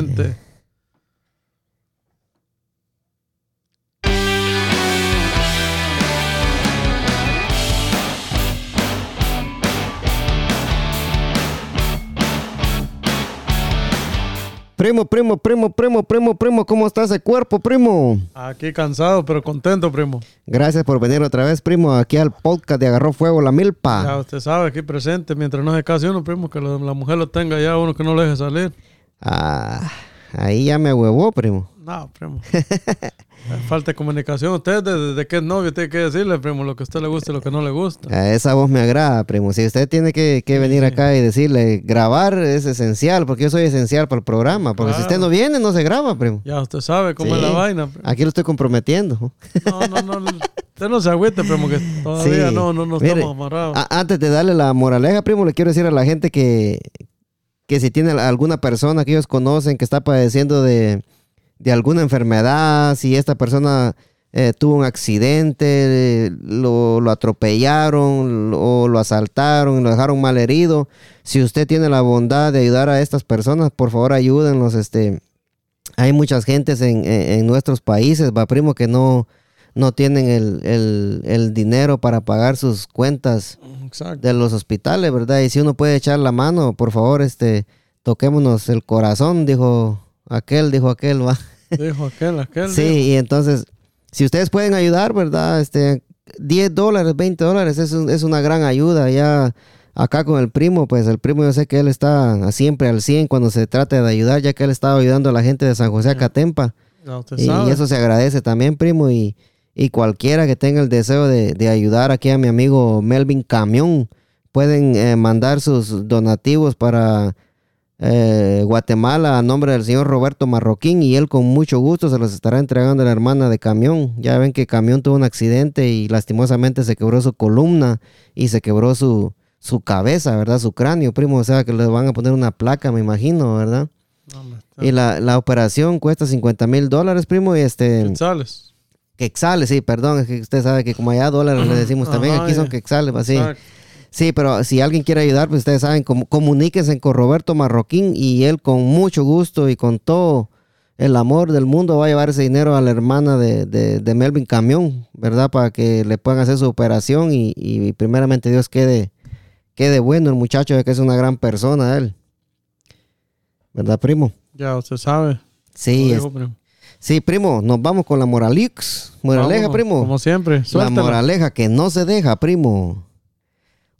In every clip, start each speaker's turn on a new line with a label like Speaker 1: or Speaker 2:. Speaker 1: gente.
Speaker 2: Primo, primo, primo, primo, primo, primo, ¿cómo está ese cuerpo, primo?
Speaker 1: Aquí cansado, pero contento, primo.
Speaker 2: Gracias por venir otra vez, primo, aquí al podcast de Agarró Fuego la
Speaker 1: Ya
Speaker 2: Milpa.
Speaker 1: usted sabe, aquí presente, mientras no se case uno, primo, que lo- la mujer lo tenga ya, uno que no le deje salir.
Speaker 2: Ah, ahí ya me huevó, primo.
Speaker 1: No, primo. Eh, Falta de comunicación. Usted, desde, desde que es novio, tiene que decirle, primo, lo que a usted le gusta y lo que no le gusta.
Speaker 2: Ah, Esa voz me agrada, primo. Si usted tiene que, que venir acá y decirle, grabar es esencial, porque yo soy esencial para el programa, porque si usted no viene, no se graba, primo.
Speaker 1: Ya usted sabe cómo es la
Speaker 2: Sí.
Speaker 1: vaina. primo.
Speaker 2: Aquí lo estoy comprometiendo.
Speaker 1: No, no, no. Usted no se agüite, primo, que todavía
Speaker 2: Sí.
Speaker 1: no, no, no
Speaker 2: Mire, Ah.
Speaker 1: estamos amarrados.
Speaker 2: a- antes de darle la moraleja, primo, le quiero decir a la gente que, que si tiene alguna persona que ellos conocen que está padeciendo de, de alguna enfermedad, si esta persona eh, tuvo un accidente, lo, lo atropellaron lo- o lo asaltaron, lo dejaron mal herido, si usted tiene la bondad de ayudar a estas personas, por favor ayúdenlos, este... Hay muchas gentes en, en- en nuestros países, va primo, que no, no tienen el, el- el dinero para pagar sus cuentas
Speaker 1: Exacto.
Speaker 2: de los hospitales, ¿verdad? Y si uno puede echar la mano, por favor, este, toquémonos el corazón, dijo aquel, dijo aquel, va.
Speaker 1: Dijo aquel, aquel. dijo.
Speaker 2: Sí, y entonces, si ustedes pueden ayudar, ¿verdad? Este, 10 dólares, 20 dólares, es, un- es una gran ayuda. Ya acá con el primo, pues el primo yo sé que él está siempre al 100 cuando se trata de ayudar, ya que él estaba ayudando a la gente de San José Acatempa.
Speaker 1: Ya usted
Speaker 2: Y,
Speaker 1: sabe.
Speaker 2: y eso se agradece también, primo. Y, y cualquiera que tenga el deseo de, de ayudar aquí a mi amigo Melvin Camión, pueden eh, mandar sus donativos para eh, Guatemala a nombre del señor Roberto Marroquín. Y él con mucho gusto se los estará entregando a la hermana de Camión. Ya ven que Camión tuvo un accidente y lastimosamente se quebró su columna y se quebró su, su cabeza, ¿verdad? Su cráneo, primo. O sea que le van a poner una placa, me imagino, ¿verdad?
Speaker 1: No, hombre, está-
Speaker 2: Y la, la operación cuesta 50 mil dólares, primo, y este...
Speaker 1: Quetzales.
Speaker 2: Quexales, sí, perdón, es que usted sabe que como allá dólares le decimos también,
Speaker 1: Ajá,
Speaker 2: aquí son
Speaker 1: ya.
Speaker 2: quexales, pues, sí.
Speaker 1: Exacto.
Speaker 2: Sí, pero si alguien quiere ayudar, pues ustedes saben, com- comuníquense con Roberto Marroquín y él con mucho gusto y con todo el amor del mundo va a llevar ese dinero a la hermana de, de- de Melvin Camión, ¿verdad? Para que le puedan hacer su operación y, y primeramente Dios quede, quede bueno el muchacho, ya que es una gran persona él. ¿Verdad, primo?
Speaker 1: Ya usted sabe. Lo
Speaker 2: Sí, es-
Speaker 1: dijo, primo.
Speaker 2: Sí, primo, nos vamos con la moralix. Moraleja,
Speaker 1: Vámonos,
Speaker 2: primo.
Speaker 1: Como siempre.
Speaker 2: la
Speaker 1: Suéltala.
Speaker 2: moraleja que no se deja, primo.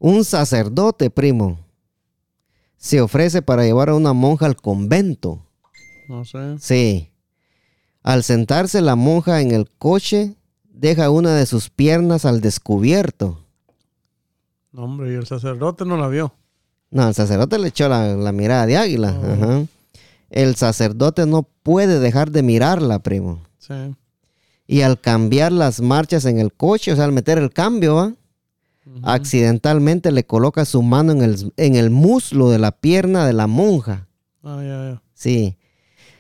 Speaker 2: Un sacerdote, primo, se ofrece para llevar a una monja al convento.
Speaker 1: No sé.
Speaker 2: Sí. Al sentarse la monja en el coche, deja una de sus piernas al descubierto.
Speaker 1: No, hombre, y el sacerdote no la vio.
Speaker 2: No, el sacerdote le echó la, la mirada de águila.
Speaker 1: Ah.
Speaker 2: ajá. El sacerdote no puede dejar de mirarla, primo.
Speaker 1: Sí.
Speaker 2: Y al cambiar las marchas en el coche, o sea, al meter el cambio, ¿va?
Speaker 1: Ujú.
Speaker 2: Ah, accidentalmente le coloca su mano en el, en el muslo de la pierna de la monja.
Speaker 1: Ah, ya, ya.
Speaker 2: Sí.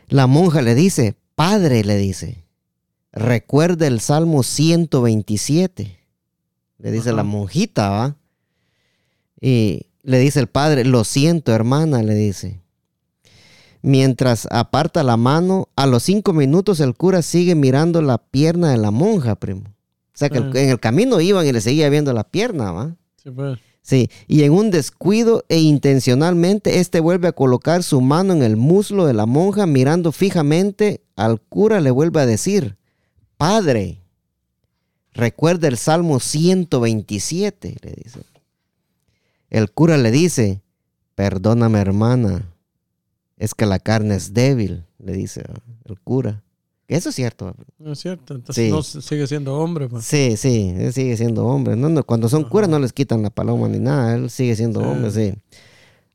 Speaker 2: La monja le dice, padre, le dice, recuerda el Salmo 127. Le dice
Speaker 1: Ajá.
Speaker 2: la monjita, ¿va? Y le dice el padre, lo siento, hermana, le dice. Mientras aparta la mano, a los cinco minutos el cura sigue mirando la pierna de la monja, primo. O sea que el-
Speaker 1: Sí.
Speaker 2: en el camino iban y le seguía viendo la pierna, ¿va?
Speaker 1: Sí, pues.
Speaker 2: Sí, y en un descuido e intencionalmente, este vuelve a colocar su mano en el muslo de la monja, mirando fijamente al cura, le vuelve a decir, Padre, recuerda el Salmo 127, le dice. El cura le dice, perdóname hermana, es que la carne es débil, le dice el cura. Eso es cierto.
Speaker 1: No es cierto. Entonces
Speaker 2: Sí.
Speaker 1: no se- sigue siendo hombre, pues.
Speaker 2: Sí, sí, él sigue siendo hombre. No, no, cuando son
Speaker 1: Ajá.
Speaker 2: curas no les quitan la paloma ni nada, él sigue siendo
Speaker 1: Sí.
Speaker 2: hombre, sí.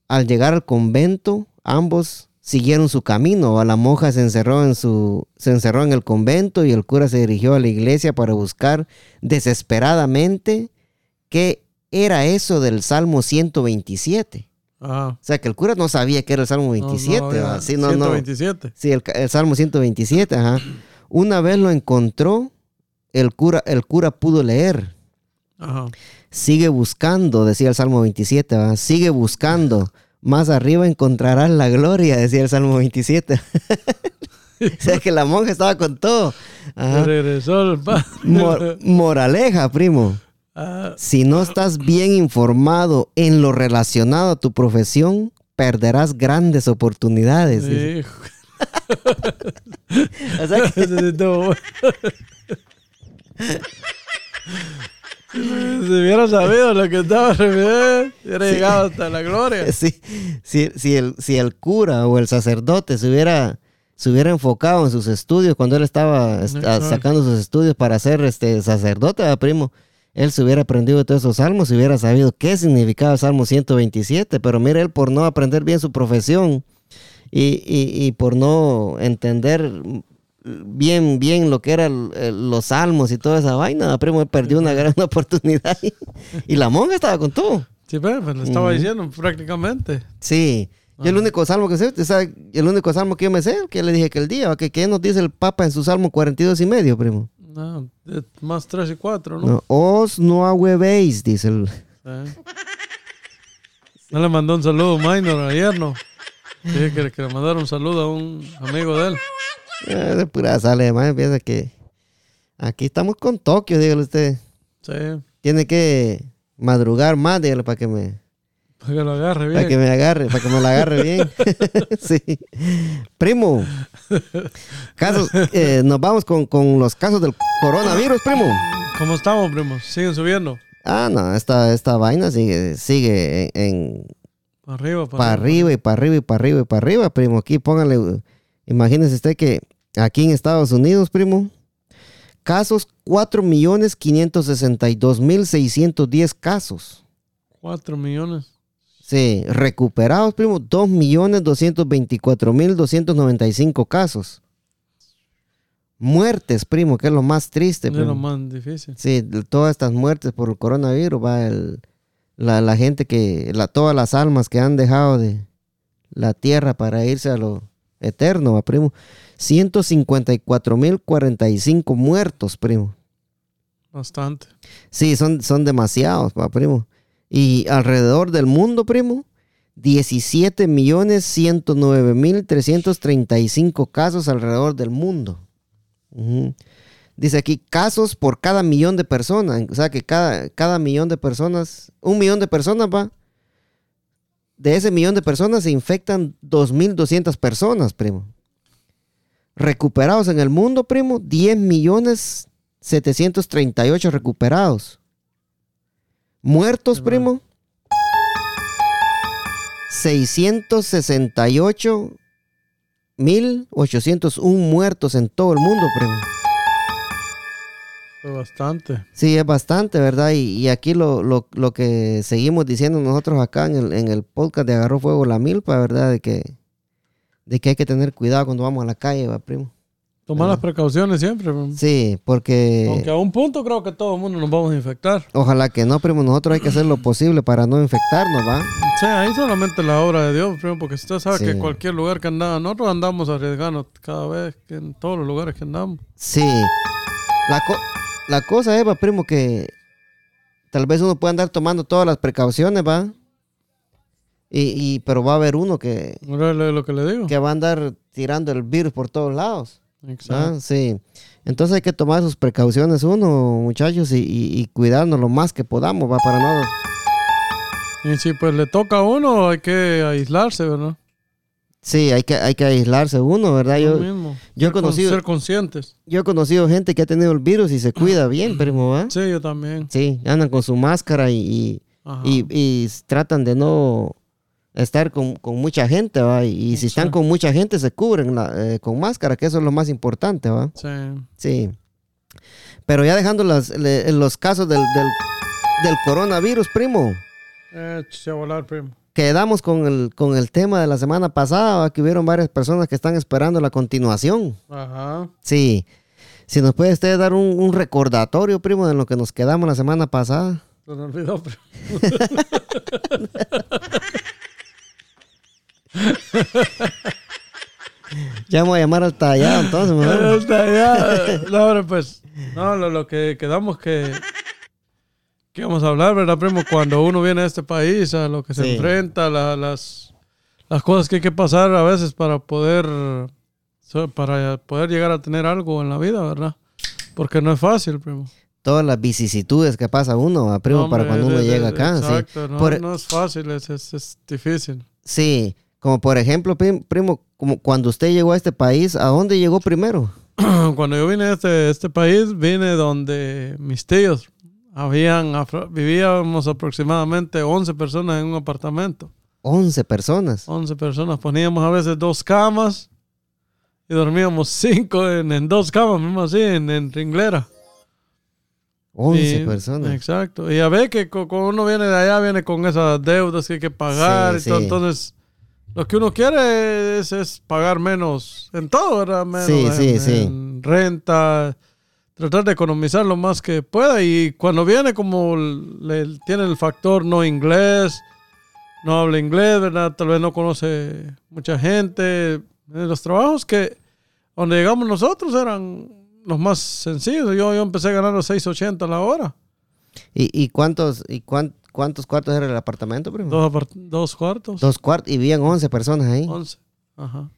Speaker 2: Al llegar al convento, ambos siguieron su camino. A la monja se encerró en su se encerró en el convento y el cura se dirigió a la iglesia para buscar desesperadamente qué era eso del Salmo 127.
Speaker 1: Ajá.
Speaker 2: O sea, que el cura no sabía qué era el Salmo
Speaker 1: No, no
Speaker 2: 27,
Speaker 1: había-
Speaker 2: ¿verdad? Sí, no, no.
Speaker 1: 127.
Speaker 2: Sí, el, ca- el Salmo 127, ajá. Una vez lo encontró, el cura, el cura pudo leer.
Speaker 1: Ajá.
Speaker 2: Sigue buscando, decía el Salmo 27, ¿verdad? sigue buscando. más arriba encontrarás la gloria, decía el Salmo 27. o sea que la monja estaba con todo. Ajá.
Speaker 1: Regresó al padre.
Speaker 2: Mor- moraleja, primo.
Speaker 1: Ah,
Speaker 2: Si no estás bien informado en lo relacionado a tu profesión, perderás grandes oportunidades. dice.
Speaker 1: hijo.
Speaker 2: O sea que-
Speaker 1: Ese sí estuvo bueno. Si hubiera sabido lo que estaba reviviendo, hubiera llegado hasta la gloria.
Speaker 2: si, si- si el, si el cura o el sacerdote se hubiera, se hubiera enfocado en sus estudios cuando él estaba est-
Speaker 1: Exacto.
Speaker 2: sacando sus estudios para ser este sacerdote, ¿verdad, primo, él se hubiera aprendido todos esos salmos, se hubiera sabido qué significaba el Salmo 127, pero mire, él por no aprender bien su profesión y, y- y por no entender bien bien lo que eran los salmos y toda esa vaina, ¿verdad, primo, él perdió una gran oportunidad y, y la monja estaba con todo.
Speaker 1: Sí, pues, pues, le estaba diciendo prácticamente.
Speaker 2: Sí. Yo
Speaker 1: Ah.
Speaker 2: el único salmo que sé, usted sabe, el único salmo que yo me sé, el que le dije que el día, que, que nos dice el Papa en su salmo 42 y medio, primo.
Speaker 1: No, de- más 3 y 4, ¿no?
Speaker 2: No, os no ahuevéis, dice el...
Speaker 1: Sí. Eh. No le mandó un saludo Minor ayer, ¿no? Dije que, que le mandara un saludo a un amigo de él.
Speaker 2: Eh, de pura sale, además piensa que... Aquí estamos con Tokio, dígale usted.
Speaker 1: Sí,
Speaker 2: Tiene que madrugar más, dígale, para que me...
Speaker 1: para que lo agarre
Speaker 2: Para que
Speaker 1: bien.
Speaker 2: me agarre, para que me la agarre bien. sí. Primo. Casos, eh, nos vamos con, con los casos del coronavirus, primo.
Speaker 1: ¿Cómo estamos, primo? ¿Siguen subiendo?
Speaker 2: Ah, no, esta, esta vaina sigue, sigue en, en-
Speaker 1: Para arriba, para,
Speaker 2: para arriba y para arriba y para arriba y para arriba, primo. Aquí póngale, uh, imagínese usted que aquí en Estados Unidos, primo, casos 4.562.610 casos.
Speaker 1: 4 millones.
Speaker 2: Sí, recuperados, primo, 2.224.295 casos. Muertes, primo, que es lo más triste,
Speaker 1: Es lo
Speaker 2: primo.
Speaker 1: más difícil.
Speaker 2: Sí, de todas estas muertes por el coronavirus, va el- la, la gente que, la, todas las almas que han dejado de la tierra para irse a lo eterno, va, primo. 154.045 muertos, primo.
Speaker 1: Bastante.
Speaker 2: Sí, son, son demasiados, va, primo. Y alrededor del mundo, primo, 17.109.335 casos alrededor del mundo. Ujú. Dice aquí, casos por cada millón de personas. O sea que cada, cada millón de personas, un millón de personas va. De ese millón de personas se infectan 2.200 personas, primo. Recuperados en el mundo, primo, 10 millones 738 recuperados. Muertos,
Speaker 1: Qué mal.
Speaker 2: primo. 668 1801 muertos en todo el mundo, primo.
Speaker 1: Fue bastante.
Speaker 2: Sí, es bastante, ¿verdad? Y, y aquí lo, lo- lo que seguimos diciendo nosotros acá en el, en el podcast de Agarró Fuego la Milpa, ¿verdad? De que, de que hay que tener cuidado cuando vamos a la calle, ¿va, primo?
Speaker 1: Tomar
Speaker 2: Ah.
Speaker 1: las precauciones siempre. primo.
Speaker 2: Sí,
Speaker 1: Aunque
Speaker 2: porque
Speaker 1: a un punto creo que todo el mundo nos vamos a infectar.
Speaker 2: ojalá que no, primo. Nosotros hay que hacer lo posible para no infectarnos, ¿va?
Speaker 1: O sea, ahí solamente la obra de Dios, primo, porque usted sabe
Speaker 2: Sí.
Speaker 1: que cualquier lugar que andamos, nosotros andamos arriesgando cada vez, que en todos los lugares que andamos.
Speaker 2: Sí. La, co- la cosa es, va, primo, que tal vez uno puede andar tomando todas las precauciones, ¿va? Y, y- pero va a haber uno que,
Speaker 1: Ahora es lo que le digo.
Speaker 2: que va a andar tirando el virus por todos lados.
Speaker 1: Exacto.
Speaker 2: ¿verdad? Ah, Sí. Entonces hay que tomar sus precauciones uno, muchachos, y, y- y cuidarnos lo más que podamos, va para nada.
Speaker 1: Y si pues le toca a uno, hay que aislarse, ¿verdad?
Speaker 2: Sí, hay que, hay que aislarse uno, ¿verdad?
Speaker 1: Lo
Speaker 2: Ah, Yo,
Speaker 1: mismo.
Speaker 2: yo he
Speaker 1: Ser con-
Speaker 2: conocido-
Speaker 1: Ser conscientes.
Speaker 2: yo he conocido gente que ha tenido el virus y se cuida bien, primo, ¿va?
Speaker 1: Sí, yo también.
Speaker 2: Sí, andan con su máscara y, y-
Speaker 1: Ajá.
Speaker 2: y- y tratan de no estar con, con mucha gente, ¿va? Y, si están
Speaker 1: Sí.
Speaker 2: con mucha gente, se cubren la- eh, con máscara, que eso es lo más importante, ¿va?
Speaker 1: Sí.
Speaker 2: Sí. Pero ya dejando las- le- los casos del, del, del coronavirus, primo.
Speaker 1: Eh, se va a volar, primo.
Speaker 2: quedamos con el, con el tema de la semana pasada, ¿va? que hubieron varias personas que están esperando la continuación.
Speaker 1: Ajá.
Speaker 2: Sí. Si nos puede usted dar un, un recordatorio, primo, de lo que nos quedamos la semana pasada.
Speaker 1: Se me olvidó, primo.
Speaker 2: Ya voy a llamar al tallado, entonces. ¿no?
Speaker 1: Hasta allá. Este, No, hombre, pues. No, lo, lo que quedamos que. Que vamos a hablar, ¿verdad, primo? Cuando uno viene a este país, a lo que se
Speaker 2: Sí.
Speaker 1: enfrenta, la- las las cosas que hay que pasar a veces para poder, so- para poder llegar a tener algo en la vida, ¿verdad? Porque no es fácil, primo.
Speaker 2: Todas las vicisitudes que pasa uno, ah, primo,
Speaker 1: No,
Speaker 2: para
Speaker 1: hombre,
Speaker 2: cuando uno
Speaker 1: es- es-
Speaker 2: llega acá. sí.
Speaker 1: Exacto, no,
Speaker 2: Por- e
Speaker 1: no es fácil, es, es- es difícil.
Speaker 2: Sí, como por ejemplo, prim- primo, como cuando usted llegó a este país, ¿a dónde llegó primero?
Speaker 1: Cuando yo vine a este, este país, vine donde mis tíos habían, afro- vivíamos aproximadamente 11 personas en un apartamento.
Speaker 2: 11 personas.
Speaker 1: 11 personas, poníamos a veces dos camas y dormíamos cinco en, en dos camas, mismo así, en, en ringlera. Oh,
Speaker 2: 11
Speaker 1: Y-
Speaker 2: personas.
Speaker 1: Exacto. Y a ver que co- cuando uno viene de allá, viene con esas deudas que hay que pagar. y
Speaker 2: Sí,
Speaker 1: todo.
Speaker 2: sí.
Speaker 1: Entonces, lo que uno quiere es, es pagar menos en todo, ¿verdad? Menos
Speaker 2: Sí, sí,
Speaker 1: en,
Speaker 2: sí.
Speaker 1: en renta, tratar de economizar lo más que pueda. Y cuando viene, como le- tiene el factor no inglés, no habla inglés, ¿verdad? Tal vez no conoce mucha gente. Eh, Los trabajos que donde llegamos nosotros eran los más sencillos. Yo, yo empecé a ganar los 6.80 la hora.
Speaker 2: ¿Y, y cuántos y cuán- cuántos cuartos era el apartamento, primo?
Speaker 1: Dos, Oh. apart- dos cuartos.
Speaker 2: Dos cuartos y vivían 11 personas ahí.
Speaker 1: 11. Ajá.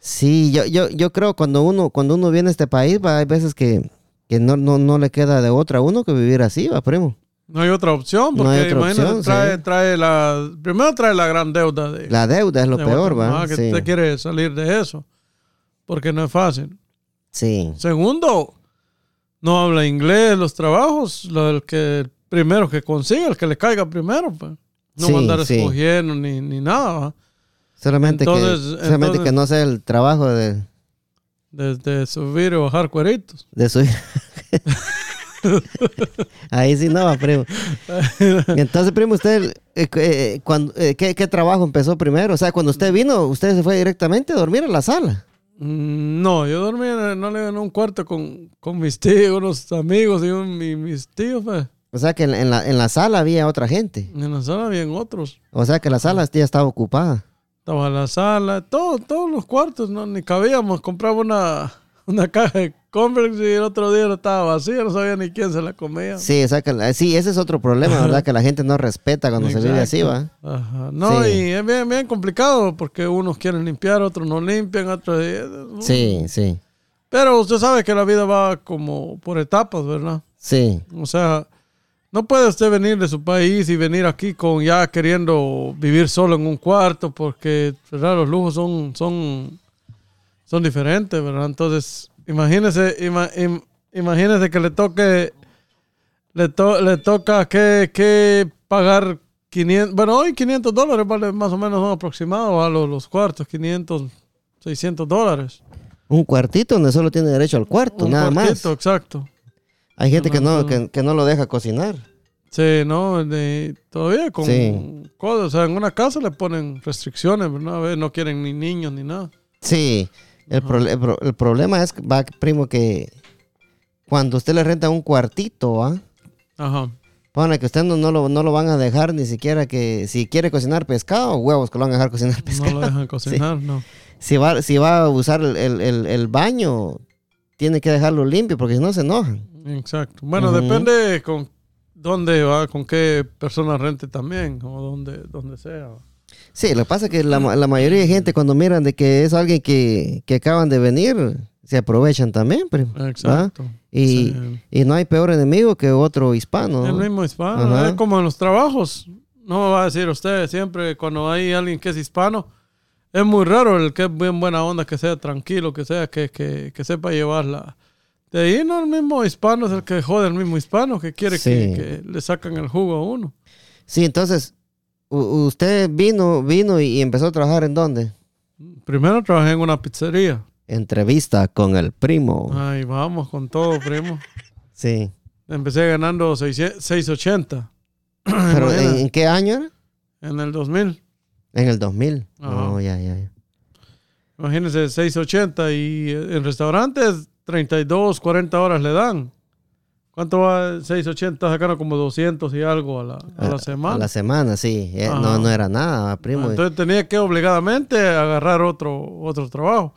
Speaker 2: Sí, yo, yo, yo creo cuando uno cuando uno viene a este país, va, hay veces que, que no, no, no le queda de otra a uno que vivir así, va, primo.
Speaker 1: No hay otra opción,
Speaker 2: No
Speaker 1: porque
Speaker 2: hay otra
Speaker 1: imagínate,
Speaker 2: opción,
Speaker 1: trae,
Speaker 2: sí.
Speaker 1: trae la. Primero trae la gran deuda de.
Speaker 2: La deuda es lo
Speaker 1: de
Speaker 2: peor,
Speaker 1: Guatemala,
Speaker 2: va.
Speaker 1: que
Speaker 2: Sí.
Speaker 1: usted quiere salir de eso. Porque no es fácil.
Speaker 2: sí.
Speaker 1: Segundo, no habla inglés, los trabajos, lo del que el primero que consiga, el que le caiga primero, pues. No
Speaker 2: Sí,
Speaker 1: va a andar
Speaker 2: sí.
Speaker 1: escogiendo ni, ni nada, ¿va?
Speaker 2: Solamente,
Speaker 1: Entonces-
Speaker 2: que, solamente
Speaker 1: entonces-
Speaker 2: que no sea el trabajo de,
Speaker 1: Desde subir y bajar cueritos.
Speaker 2: de su Ahí sí no va, primo. Entonces, primo, usted, eh, cu- eh, cuando, eh, ¿qué, qué trabajo empezó primero? O sea, cuando usted vino, usted se fue directamente a dormir a la sala.
Speaker 1: Mm, No, yo dormía en, no, le digo, en un cuarto con, con mis tíos, unos amigos y, un- y mis tíos, pues.
Speaker 2: O sea, que en, en la, en la sala había otra gente.
Speaker 1: En la sala habían otros.
Speaker 2: O sea, que la sala
Speaker 1: Ah.
Speaker 2: ya estaba ocupada.
Speaker 1: Estaba la sala, todo, todos los cuartos, no, ni cabíamos. Compraba una, una caja de Converse y el otro día estaba vacía, no sabía ni quién se la comía.
Speaker 2: Sí, o sea, que la- sí, ese es otro problema, ¿verdad? Que la gente no respeta cuando se vive así, ¿va?
Speaker 1: Ajá. No,
Speaker 2: Sí.
Speaker 1: y es bien, bien complicado porque unos quieren limpiar, otros no limpian, otros... eh,
Speaker 2: Sí, sí,
Speaker 1: Pero usted sabe que la vida va como por etapas, ¿verdad?
Speaker 2: sí.
Speaker 1: O sea, no puede usted venir de su país y venir aquí con ya queriendo vivir solo en un cuarto porque, ¿verdad? Los lujos son, son, son diferentes, ¿verdad? Entonces, imagínese, ima- im- imagínese que le toque, le, to- le toca que, que pagar 500, bueno, hoy 500 dólares vale más o menos son aproximados a los, los cuartos, 500, 600 dólares.
Speaker 2: Un cuartito donde solo tiene derecho al cuarto,
Speaker 1: Un
Speaker 2: Pues nada
Speaker 1: cuartito,
Speaker 2: más.
Speaker 1: exacto.
Speaker 2: Hay gente que no, que, que no lo deja cocinar.
Speaker 1: Sí, no, de- todavía con
Speaker 2: Sí.
Speaker 1: cosas, o sea, en una casa le ponen restricciones, ¿verdad? A veces no quieren ni niños ni nada.
Speaker 2: Sí, el, prole- pro- el problema es, va, primo, que cuando usted le renta un cuartito, ¿ah?
Speaker 1: Ajá.
Speaker 2: Pone que usted no, no lo, no lo van a dejar ni siquiera que, si quiere cocinar pescado, huevos que lo van a dejar cocinar pescado.
Speaker 1: No lo dejan cocinar, no.
Speaker 2: Si va, si va a usar el, el- el- el baño, tiene que dejarlo limpio porque si no se enojan.
Speaker 1: Exacto. Bueno,
Speaker 2: Ujú.
Speaker 1: depende con dónde va, con qué persona rente también, o donde, donde sea.
Speaker 2: Sí, lo que pasa es que la, ma- la mayoría de gente cuando miran de que es alguien que, que acaban de venir, se aprovechan también, primo. ¿va?
Speaker 1: Exacto.
Speaker 2: Ah, Y,
Speaker 1: Sí.
Speaker 2: y no hay peor enemigo que otro hispano.
Speaker 1: El
Speaker 2: ¿no?
Speaker 1: mismo hispano,
Speaker 2: Ajá.
Speaker 1: es como en los trabajos. No me va a decir usted, siempre cuando hay alguien que es hispano, es muy raro el que es bien buena onda, que sea tranquilo, que sea, que, que, que sepa llevarla. De ahí no el mismo hispano es el que jode el mismo hispano, que quiere
Speaker 2: Sí.
Speaker 1: que, que le sacan el jugo a uno.
Speaker 2: Sí, entonces, u- usted vino, vino y y empezó a trabajar en dónde?
Speaker 1: Primero trabajé en una pizzería.
Speaker 2: Entrevista con el primo.
Speaker 1: Ay, vamos con todo, primo.
Speaker 2: Sí.
Speaker 1: Empecé ganando 600 680 Ah,
Speaker 2: ¿Pero eh, en,
Speaker 1: Imagina.
Speaker 2: en qué año era?
Speaker 1: en el 2000.
Speaker 2: En el 2000.
Speaker 1: Ajá.
Speaker 2: Oh, ya, ya, ya.
Speaker 1: Imagínense, 6.80 y eh, en restaurantes 32, 40 horas le dan. ¿Cuánto va 6.80? Sacaron como 200 y algo a la, a la semana.
Speaker 2: A la semana, sí. Eh,
Speaker 1: Ajá. Ah,
Speaker 2: No, no era nada, primo.
Speaker 1: Entonces tenía que obligadamente agarrar otro, otro trabajo.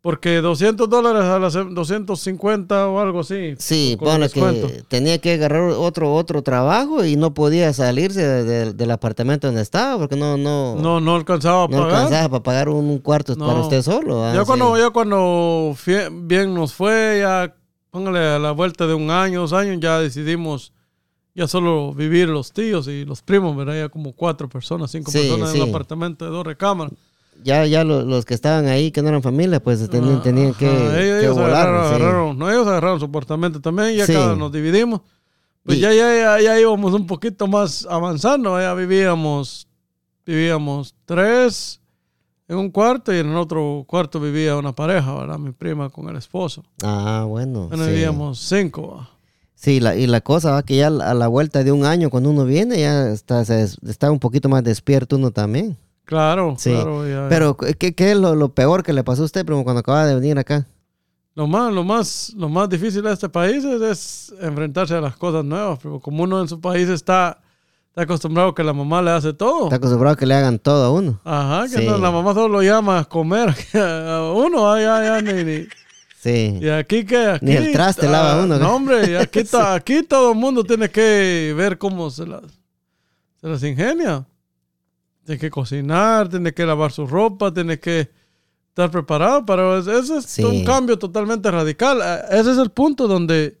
Speaker 1: Porque 200 dólares a la sem- 250 o algo así.
Speaker 2: Sí,
Speaker 1: con
Speaker 2: ponle
Speaker 1: descuento.
Speaker 2: que tenía que agarrar otro, otro trabajo y no podía salirse de- de- del apartamento donde estaba porque no, no, no,
Speaker 1: No, no alcanzaba a pagar.
Speaker 2: alcanzaba para pagar un cuarto
Speaker 1: No.
Speaker 2: para usted solo. ah,
Speaker 1: ya,
Speaker 2: sí.
Speaker 1: cuando, ya cuando fie- bien nos fue, ya póngale a la vuelta de un año, dos años, ya decidimos ya solo vivir los tíos y los primos, ¿verdad? Ya como cuatro personas, cinco
Speaker 2: Sí,
Speaker 1: personas en
Speaker 2: sí.
Speaker 1: un apartamento de dos recámaras.
Speaker 2: ya, ya lo- los que estaban ahí, que no eran familia, pues tenían, tenían que,
Speaker 1: Ah, Ajá, ellos,
Speaker 2: que
Speaker 1: ellos
Speaker 2: volar.
Speaker 1: agarraron,
Speaker 2: sí.
Speaker 1: agarraron- no, ellos agarraron su apartamento también, ya
Speaker 2: Sí.
Speaker 1: cada nos dividimos. Pues
Speaker 2: Y-
Speaker 1: ya, ya, ya, ya íbamos un poquito más avanzando, ya vivíamos, vivíamos tres en un cuarto y en el otro cuarto vivía una pareja, ¿verdad? Mi prima con el esposo.
Speaker 2: Ah, bueno.
Speaker 1: Bueno,
Speaker 2: sí.
Speaker 1: vivíamos cinco. ¿va?
Speaker 2: Sí, la, y la cosa va que ya a la vuelta de un año, cuando uno viene, ya está, se des- está un poquito más despierto uno también.
Speaker 1: Claro,
Speaker 2: Sí.
Speaker 1: claro. ya-
Speaker 2: Pero, ¿qué, qué es lo, lo peor que le pasó a usted, primo, cuando acaba de venir acá?
Speaker 1: Lo más, lo más, lo más difícil de este país es, es enfrentarse a las cosas nuevas. Pero como uno en su país está, está acostumbrado que la mamá le hace todo.
Speaker 2: Está acostumbrado a que le hagan todo a uno.
Speaker 1: Ajá, que
Speaker 2: Sí.
Speaker 1: no, la mamá solo lo llama a comer. a uno, ay, ay, ay, ni- ni-
Speaker 2: Sí.
Speaker 1: Y aquí que aquí,
Speaker 2: Ni el traste lava
Speaker 1: ah,
Speaker 2: uno, ¿no?
Speaker 1: No, hombre, y aquí, ta- aquí todo el mundo tiene que ver cómo se las, se las ingenia. Tiene que cocinar, tiene que lavar su ropa, tiene que estar preparado. Pero es- ese es
Speaker 2: Sí.
Speaker 1: un cambio totalmente radical. Ah, Ese es el punto donde,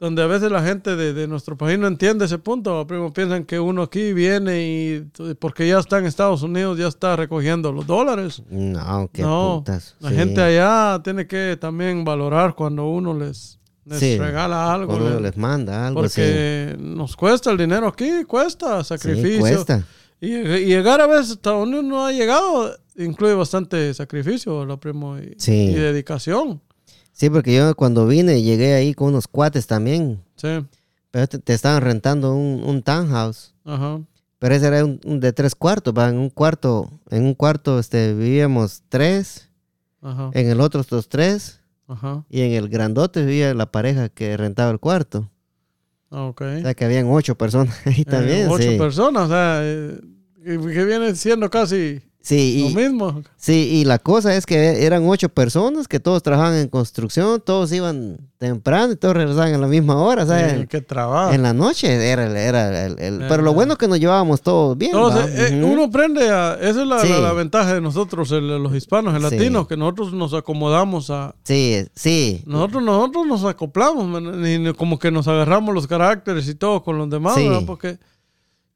Speaker 1: donde a veces la gente de, de nuestro país no entiende ese punto. Primo, piensan que uno aquí viene y porque ya está en Estados Unidos, ya está recogiendo los dólares.
Speaker 2: No, qué
Speaker 1: No,
Speaker 2: putas.
Speaker 1: La
Speaker 2: Sí.
Speaker 1: gente allá tiene que también valorar cuando uno les, les
Speaker 2: Sí,
Speaker 1: regala algo.
Speaker 2: Cuando uno
Speaker 1: le-
Speaker 2: les manda algo, sí.
Speaker 1: porque nos cuesta el dinero aquí, cuesta
Speaker 2: Sí,
Speaker 1: sacrificio.
Speaker 2: cuesta.
Speaker 1: Y, lleg- y llegar a veces hasta donde uno ha llegado incluye bastante sacrificio, lo primo, y,
Speaker 2: Sí.
Speaker 1: y dedicación.
Speaker 2: Sí, porque yo cuando vine llegué ahí con unos cuates también.
Speaker 1: Sí,
Speaker 2: Pero te, te estaban rentando un, un townhouse.
Speaker 1: ajá.
Speaker 2: Pero ese era un, un de tres cuartos, va, en un cuarto, en un cuarto este, vivíamos tres,
Speaker 1: Ajá,
Speaker 2: en el otro estos tres,
Speaker 1: ajá,
Speaker 2: y en el grandote vivía la pareja que rentaba el cuarto.
Speaker 1: ah, ok.
Speaker 2: O sea que habían ocho personas ahí
Speaker 1: Eh,
Speaker 2: también.
Speaker 1: ocho
Speaker 2: sí.
Speaker 1: personas, o sea, eh, que que viene siendo casi
Speaker 2: Sí, y,
Speaker 1: lo mismo.
Speaker 2: Sí, y la cosa es que eran ocho personas que todos trabajaban en construcción, todos iban temprano y todos regresaban a la misma hora, o sea,
Speaker 1: Eh,
Speaker 2: en,
Speaker 1: qué trabajo.
Speaker 2: en la noche era, el- era el, el-
Speaker 1: Eh,
Speaker 2: Pero lo bueno es que nos llevábamos todos bien.
Speaker 1: Entonces,
Speaker 2: ¿va?
Speaker 1: eh,
Speaker 2: Ujú.
Speaker 1: uno aprende a... Esa es la,
Speaker 2: Sí.
Speaker 1: la- la ventaja de nosotros, el- los hispanos, el
Speaker 2: Sí.
Speaker 1: latino, que nosotros nos acomodamos a...
Speaker 2: Sí, sí,
Speaker 1: Nosotros, nosotros nos acoplamos, man, y no- como que nos agarramos los caracteres y todo con los demás,
Speaker 2: Sí.
Speaker 1: ¿verdad? Porque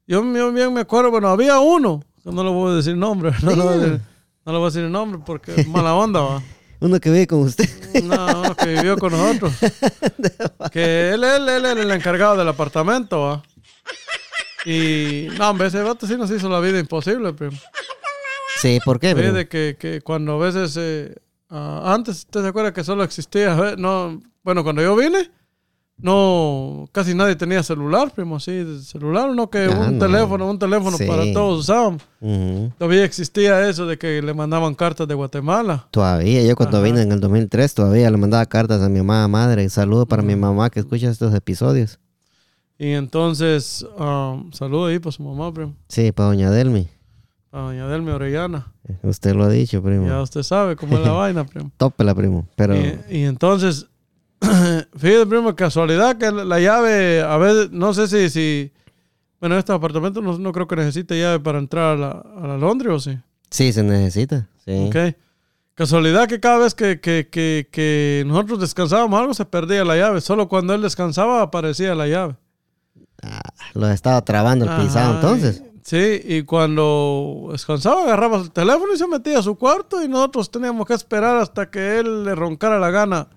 Speaker 1: yo, yo bien me acuerdo, bueno, había uno, que no le voy a decir nombre, no, le voy a decir, no le voy a decir el nombre porque es mala onda, va.
Speaker 2: uno que vive con usted.
Speaker 1: No, no, que vivió con nosotros. que él, él, él era el encargado del apartamento, ¿va? Y, no, hombre, ese vato sí nos hizo la vida imposible, primo.
Speaker 2: Sí, ¿por qué?
Speaker 1: Oye,
Speaker 2: primo?
Speaker 1: de que, que cuando a veces, eh, ah, antes, ¿te acuerdas que solo existía? eh, No, bueno, cuando yo vine, no, casi nadie tenía celular, primo, sí, celular, no que
Speaker 2: Ah,
Speaker 1: un
Speaker 2: no.
Speaker 1: teléfono, un teléfono
Speaker 2: Sí.
Speaker 1: para todos usaban.
Speaker 2: Ujú.
Speaker 1: Todavía existía eso de que le mandaban cartas de Guatemala.
Speaker 2: Todavía, yo cuando
Speaker 1: Ajá.
Speaker 2: vine en el 2003 todavía le mandaba cartas a mi mamá, madre. Saludo para mi mamá que escucha estos episodios.
Speaker 1: Y entonces, um, saludo ahí para su mamá, primo,
Speaker 2: Sí, para doña Delmi.
Speaker 1: a doña Delmi Orellana.
Speaker 2: Usted lo ha dicho, primo.
Speaker 1: Ya usted sabe cómo es la vaina, primo.
Speaker 2: Tópela, primo. Pero...
Speaker 1: Y, y entonces, fíjate, primo, casualidad que la la llave, a veces, no sé si, si bueno, estos apartamentos no, no creo que necesite llave para entrar a la, a la Londres o sí.
Speaker 2: Sí, se necesita. Sí.
Speaker 1: Ok. Casualidad que cada vez que, que- que- que nosotros descansábamos algo se perdía la llave. Solo cuando él descansaba aparecía la llave.
Speaker 2: Ah, lo estaba trabando el
Speaker 1: Ajá,
Speaker 2: pisado
Speaker 1: eh.
Speaker 2: entonces.
Speaker 1: y- Sí, y cuando descansaba agarraba el teléfono y se metía a su cuarto y nosotros teníamos que esperar hasta que él le roncara la gana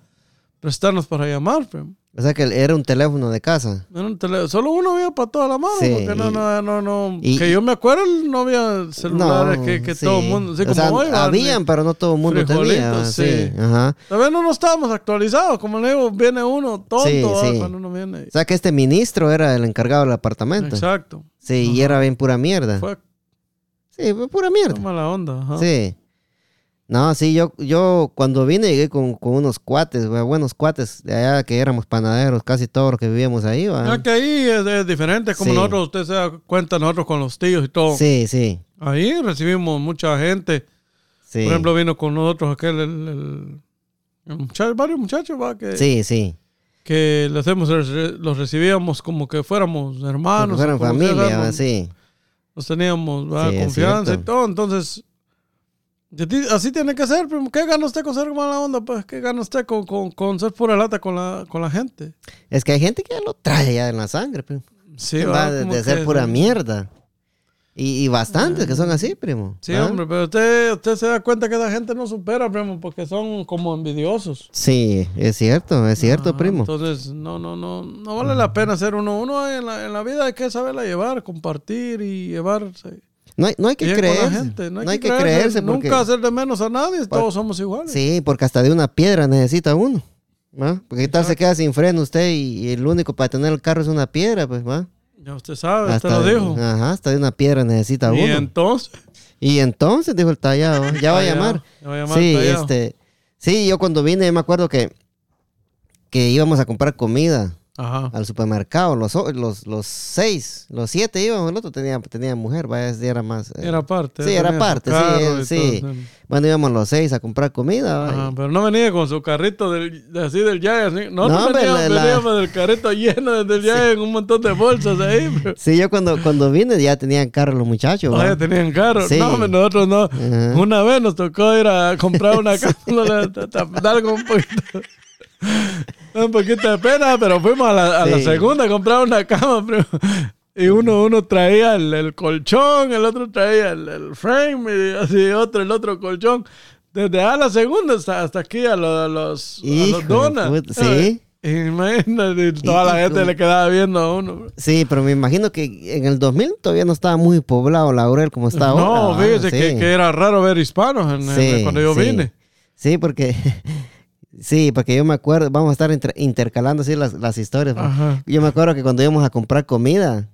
Speaker 1: prestarnos para llamar. primo.
Speaker 2: O sea que era un teléfono de casa.
Speaker 1: Era un tele- Solo uno había para toda la mano,
Speaker 2: Sí,
Speaker 1: porque no,
Speaker 2: y-
Speaker 1: no, no, no.
Speaker 2: y-
Speaker 1: que yo me acuerdo, no había celulares
Speaker 2: No,
Speaker 1: que, que
Speaker 2: sí.
Speaker 1: todo el mundo. Sí,
Speaker 2: o
Speaker 1: como
Speaker 2: sea,
Speaker 1: hoy, ¿va?
Speaker 2: habían, pero no todo el mundo tenía. ¿va?
Speaker 1: frijolitos,
Speaker 2: Sí.
Speaker 1: sí.
Speaker 2: Ajá.
Speaker 1: Todavía no nos estábamos actualizados, como le digo, viene uno tonto
Speaker 2: Sí,
Speaker 1: ¿va?
Speaker 2: sí.
Speaker 1: cuando uno viene.
Speaker 2: O sea que este ministro era el encargado del apartamento.
Speaker 1: Exacto.
Speaker 2: Sí, y era bien pura mierda.
Speaker 1: Fue
Speaker 2: Sí, fue pura
Speaker 1: fue
Speaker 2: mierda.
Speaker 1: mala onda. ajá.
Speaker 2: Sí. No, sí, yo, yo cuando vine llegué con, con unos cuates, güey, buenos cuates de allá que éramos panaderos, casi todos los que vivíamos ahí, ¿va?
Speaker 1: Ya que ahí es, es diferente, como
Speaker 2: Sí.
Speaker 1: nosotros, usted se da cuenta, nosotros con los tíos y todo.
Speaker 2: Sí, sí,
Speaker 1: Ahí recibimos mucha gente.
Speaker 2: Sí.
Speaker 1: Por ejemplo, vino con nosotros aquel, el, el- el muchacho- varios muchachos, va, que,
Speaker 2: sí, sí.
Speaker 1: que le hacemos, el- los recibíamos como que fuéramos
Speaker 2: Porque
Speaker 1: hermanos.
Speaker 2: fueron
Speaker 1: o como
Speaker 2: familia,
Speaker 1: sea,
Speaker 2: ¿va?
Speaker 1: nos-
Speaker 2: sí.
Speaker 1: Nos teníamos ¿va?
Speaker 2: Sí, es
Speaker 1: confianza y
Speaker 2: cierto.
Speaker 1: todo, entonces... de ti- Así tiene que ser, primo. ¿Qué gana usted con ser mala onda? Pues, ¿qué gana usted con, con, con ser pura lata con la, con la gente?
Speaker 2: Es que hay gente que ya lo trae ya en la sangre, primo.
Speaker 1: Sí,
Speaker 2: Va
Speaker 1: ¿verdad?
Speaker 2: de,
Speaker 1: Como
Speaker 2: de ser
Speaker 1: que- Ah.
Speaker 2: pura mierda. Y, y bastantes que son así, primo.
Speaker 1: Sí,
Speaker 2: ¿va?
Speaker 1: hombre, pero usted, usted se da cuenta que la gente no supera, primo, porque son como envidiosos.
Speaker 2: Sí, es cierto, es cierto,
Speaker 1: Ah,
Speaker 2: primo.
Speaker 1: Entonces, no, no, no, no vale la pena ser uno. Uno en la, en la vida hay que saberla llevar, compartir y llevarse.
Speaker 2: No hay, no hay que
Speaker 1: bien con la
Speaker 2: creerse.
Speaker 1: gente.
Speaker 2: No hay, que, creerse. porque,
Speaker 1: Nunca hacer de menos a nadie,
Speaker 2: Pa-
Speaker 1: todos somos iguales.
Speaker 2: Sí, porque hasta de una piedra necesita uno. ¿va? Porque qué tal se queda sin freno usted y, y el único para tener el carro es una piedra, pues, ¿va?
Speaker 1: Ya usted sabe,
Speaker 2: hasta
Speaker 1: usted lo
Speaker 2: de,
Speaker 1: dijo.
Speaker 2: Ajá, hasta de una piedra necesita
Speaker 1: y
Speaker 2: uno.
Speaker 1: entonces,
Speaker 2: Y entonces dijo el tallado, ¿va? ya va a
Speaker 1: Tallado,
Speaker 2: llamar.
Speaker 1: ya va a llamar
Speaker 2: Sí,
Speaker 1: tallado.
Speaker 2: este, sí, yo cuando vine me acuerdo que, que íbamos a comprar comida
Speaker 1: Ajá.
Speaker 2: al supermercado, los, o- los, los seis, los siete íbamos, el otro tenía, tenía mujer, vaya, ese día era más. eh,
Speaker 1: Era parte.
Speaker 2: Sí, era
Speaker 1: tenía su
Speaker 2: parte, sí,
Speaker 1: carro y
Speaker 2: sí.
Speaker 1: todo, sí.
Speaker 2: Bueno, íbamos los seis a comprar comida. ¿va?
Speaker 1: Ajá, pero no venía con su carrito del, de- así del Jagger. ¿sí? No,
Speaker 2: No,
Speaker 1: no
Speaker 2: hombre,
Speaker 1: venía,
Speaker 2: la- la-
Speaker 1: veníamos del carrito lleno del Jagger con un montón de bolsas ahí. pero-
Speaker 2: Sí, yo cuando, cuando vine ya tenían carro los muchachos.
Speaker 1: Ah,
Speaker 2: ¿va?
Speaker 1: ya tenían carro.
Speaker 2: Sí.
Speaker 1: No, hombre, nosotros no.
Speaker 2: Ajá.
Speaker 1: Una vez nos tocó ir a comprar una cápsula, dar con un poquito. Un poquito de pena, pero fuimos a la, a la
Speaker 2: Sí.
Speaker 1: segunda a comprar una cama, primo. Y uno, uno traía el, el colchón, el otro traía el, el frame, y así otro, el otro colchón. Desde a la segunda hasta, hasta aquí a, lo- a los, a
Speaker 2: Hijo de
Speaker 1: los donas.
Speaker 2: puta, sí.
Speaker 1: Imagínate, toda la gente le quedaba viendo a uno. bro.
Speaker 2: Sí, pero me imagino que en el 2000 todavía no estaba muy poblado Laurel como está
Speaker 1: No,
Speaker 2: ahora. ¿va?
Speaker 1: fíjese
Speaker 2: Sí.
Speaker 1: que, que era raro ver hispanos en- en-
Speaker 2: Sí,
Speaker 1: cuando yo
Speaker 2: sí.
Speaker 1: vine.
Speaker 2: Sí, porque sí, porque yo me acuerdo, vamos a estar entre- intercalando así las, las historias. ¿va?
Speaker 1: Ajá.
Speaker 2: Yo me acuerdo que cuando íbamos a comprar comida,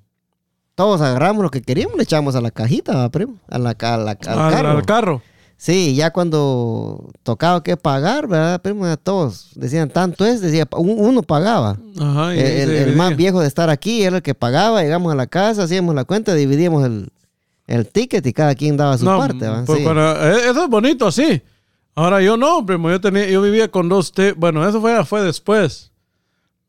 Speaker 2: todos agarramos lo que queríamos, le echábamos a la cajita, ¿va, primo, a la, ca- a la- al
Speaker 1: Al-
Speaker 2: carro.
Speaker 1: al carro.
Speaker 2: Sí, ya cuando tocaba que pagar, ¿verdad? Primo, a todos decían tanto es, decía, un- uno pagaba.
Speaker 1: Ajá, y
Speaker 2: El,
Speaker 1: ahí
Speaker 2: Eh, el-
Speaker 1: se
Speaker 2: el
Speaker 1: dividía.
Speaker 2: más viejo de estar aquí era el que pagaba, llegamos a la casa, hacíamos la cuenta, dividíamos el, el ticket y cada quien daba su
Speaker 1: No,
Speaker 2: parte, ¿va?
Speaker 1: pues
Speaker 2: Sí.
Speaker 1: cuando- eh, eso es bonito, sí. Ahora yo no, primo. Yo, tenía, yo vivía con dos tipos. Bueno, eso fue, fue después.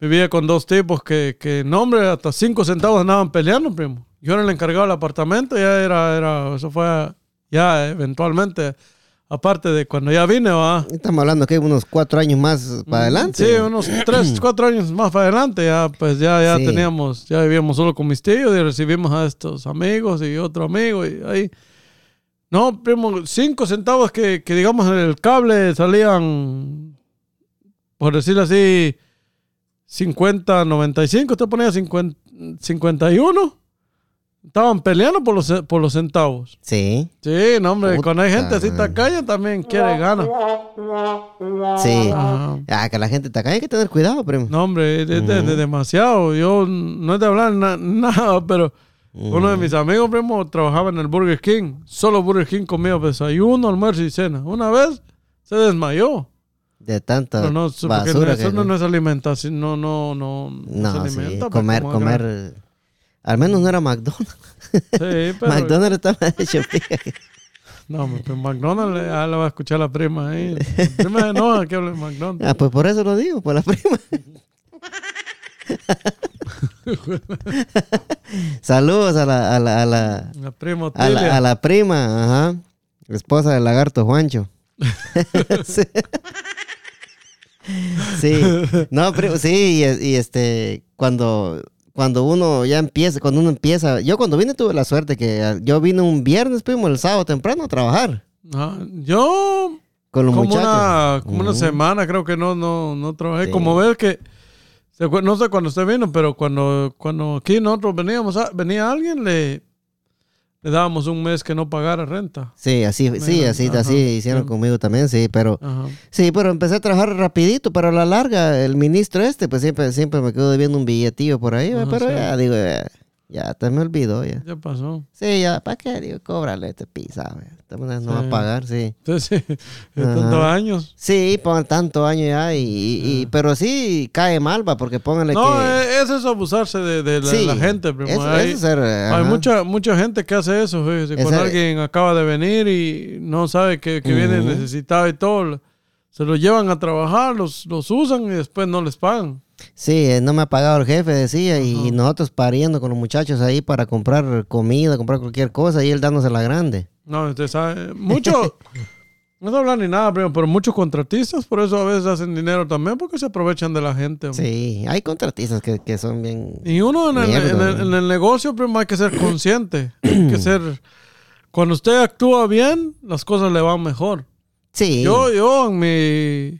Speaker 1: Vivía con dos tipos que, que no, hombre, hasta cinco centavos andaban peleando, primo. Yo era el encargado del apartamento, ya era, era eso fue ya eventualmente, aparte de cuando ya vine, va.
Speaker 2: Estamos hablando que hay unos cuatro años más para adelante.
Speaker 1: Mm, Sí, unos tres, cuatro años más para adelante, ya pues ya, ya
Speaker 2: Sí.
Speaker 1: teníamos, ya vivíamos solo con mis tíos y recibimos a estos amigos y otro amigo y ahí. No, primo, cinco centavos que, que digamos en el cable salían, por decirlo así, 50, 95, usted ponía 50, 51. Estaban peleando por los, ce- por los centavos.
Speaker 2: Sí,
Speaker 1: Sí, no, hombre, cuando hay gente
Speaker 2: Puta
Speaker 1: así
Speaker 2: madre.
Speaker 1: tacaña también quiere ganar.
Speaker 2: sí.
Speaker 1: Ajá.
Speaker 2: Ah, que la gente está acá, hay que tener cuidado, primo.
Speaker 1: No, hombre, es de- de- de demasiado. Yo no he de hablar na- nada, pero uno de mis amigos, primo, trabajaba en el Burger King. Solo Burger King comía desayuno, almuerzo y cena. Una vez se desmayó.
Speaker 2: De tanta
Speaker 1: Pero no, su- porque
Speaker 2: Ah, basura
Speaker 1: eso
Speaker 2: que...
Speaker 1: no, no es alimentación. No, no, no. se
Speaker 2: No, sí,
Speaker 1: alimenta, pues,
Speaker 2: comer,
Speaker 1: como
Speaker 2: comer...
Speaker 1: gran-
Speaker 2: eh, Al menos no era McDonald's.
Speaker 1: Sí, pero.
Speaker 2: McDonald's estaba hecho pija.
Speaker 1: No, hombre, pero McDonald's, eh, ah, la va a escuchar la prima ahí. La prima se enoja que hable de McDonald's.
Speaker 2: Ah, pues por eso lo digo, por la prima. Saludos a la, a la, a la,
Speaker 1: La prima
Speaker 2: a la, a
Speaker 1: Otilia.
Speaker 2: la prima, ajá. Esposa del lagarto Juancho. sí. Sí. No, pero sí, y, y este, cuando, cuando uno ya empieza, cuando uno empieza, yo cuando vine tuve la suerte que ah, yo vine un viernes, primo, el sábado temprano a trabajar
Speaker 1: Ah, yo
Speaker 2: con los
Speaker 1: como
Speaker 2: muchachos.
Speaker 1: una como una
Speaker 2: Ujú.
Speaker 1: semana creo que no no no trabajé
Speaker 2: Sí.
Speaker 1: como ves que se acuer- no sé cuándo usted vino pero cuando cuando aquí nosotros veníamos a- venía alguien le le dábamos un mes que no pagara renta
Speaker 2: Sí, así, sí,
Speaker 1: Mira,
Speaker 2: así,
Speaker 1: ajá,
Speaker 2: así hicieron
Speaker 1: bien.
Speaker 2: conmigo también, sí, pero
Speaker 1: Ajá.
Speaker 2: sí, pero empecé a trabajar rapidito, pero a la larga el ministro este, pues siempre, siempre me quedo debiendo un billetillo por ahí, ¿va?
Speaker 1: Ajá,
Speaker 2: pero
Speaker 1: sí.
Speaker 2: ya digo, ya, Ya, te me olvidó ya.
Speaker 1: Ya pasó.
Speaker 2: Sí, ya, ¿para qué? Digo, cóbrale este pizza, güey. Esta manera no va
Speaker 1: Sí.
Speaker 2: a pagar, sí.
Speaker 1: Entonces, sí, de tantos
Speaker 2: Ajá.
Speaker 1: años.
Speaker 2: Sí, por tanto año ya, y, y- y- pero sí cae mal, va, porque pónganle
Speaker 1: No,
Speaker 2: que...
Speaker 1: eh, eso es abusarse de, de la,
Speaker 2: sí,
Speaker 1: la gente, primo.
Speaker 2: Eso,
Speaker 1: Hay-
Speaker 2: eso es ser, eh,
Speaker 1: Hay
Speaker 2: ajá.
Speaker 1: mucha, mucha gente que hace eso, fíjese. Cuando
Speaker 2: Esa-
Speaker 1: alguien acaba de venir y no sabe que, que viene
Speaker 2: Ujú.
Speaker 1: necesitado y todo, se lo llevan a trabajar, los, los usan y después no les pagan.
Speaker 2: Sí, eh, no me ha pagado el jefe, decía, y, y nosotros pariendo con los muchachos ahí para comprar comida, comprar cualquier cosa, y él dándose la grande.
Speaker 1: No, usted sabe. Muchos, no se habla ni nada, primo, pero muchos contratistas por eso a veces hacen dinero también porque se aprovechan de la gente. hombre.
Speaker 2: Sí, hay contratistas que, que son bien...
Speaker 1: Y uno en el,
Speaker 2: Mierda,
Speaker 1: en el-
Speaker 2: ¿no?
Speaker 1: en el negocio, primo, hay que ser consciente. hay que ser. Cuando usted actúa bien, las cosas le van mejor.
Speaker 2: Sí,
Speaker 1: Yo, yo, en mi.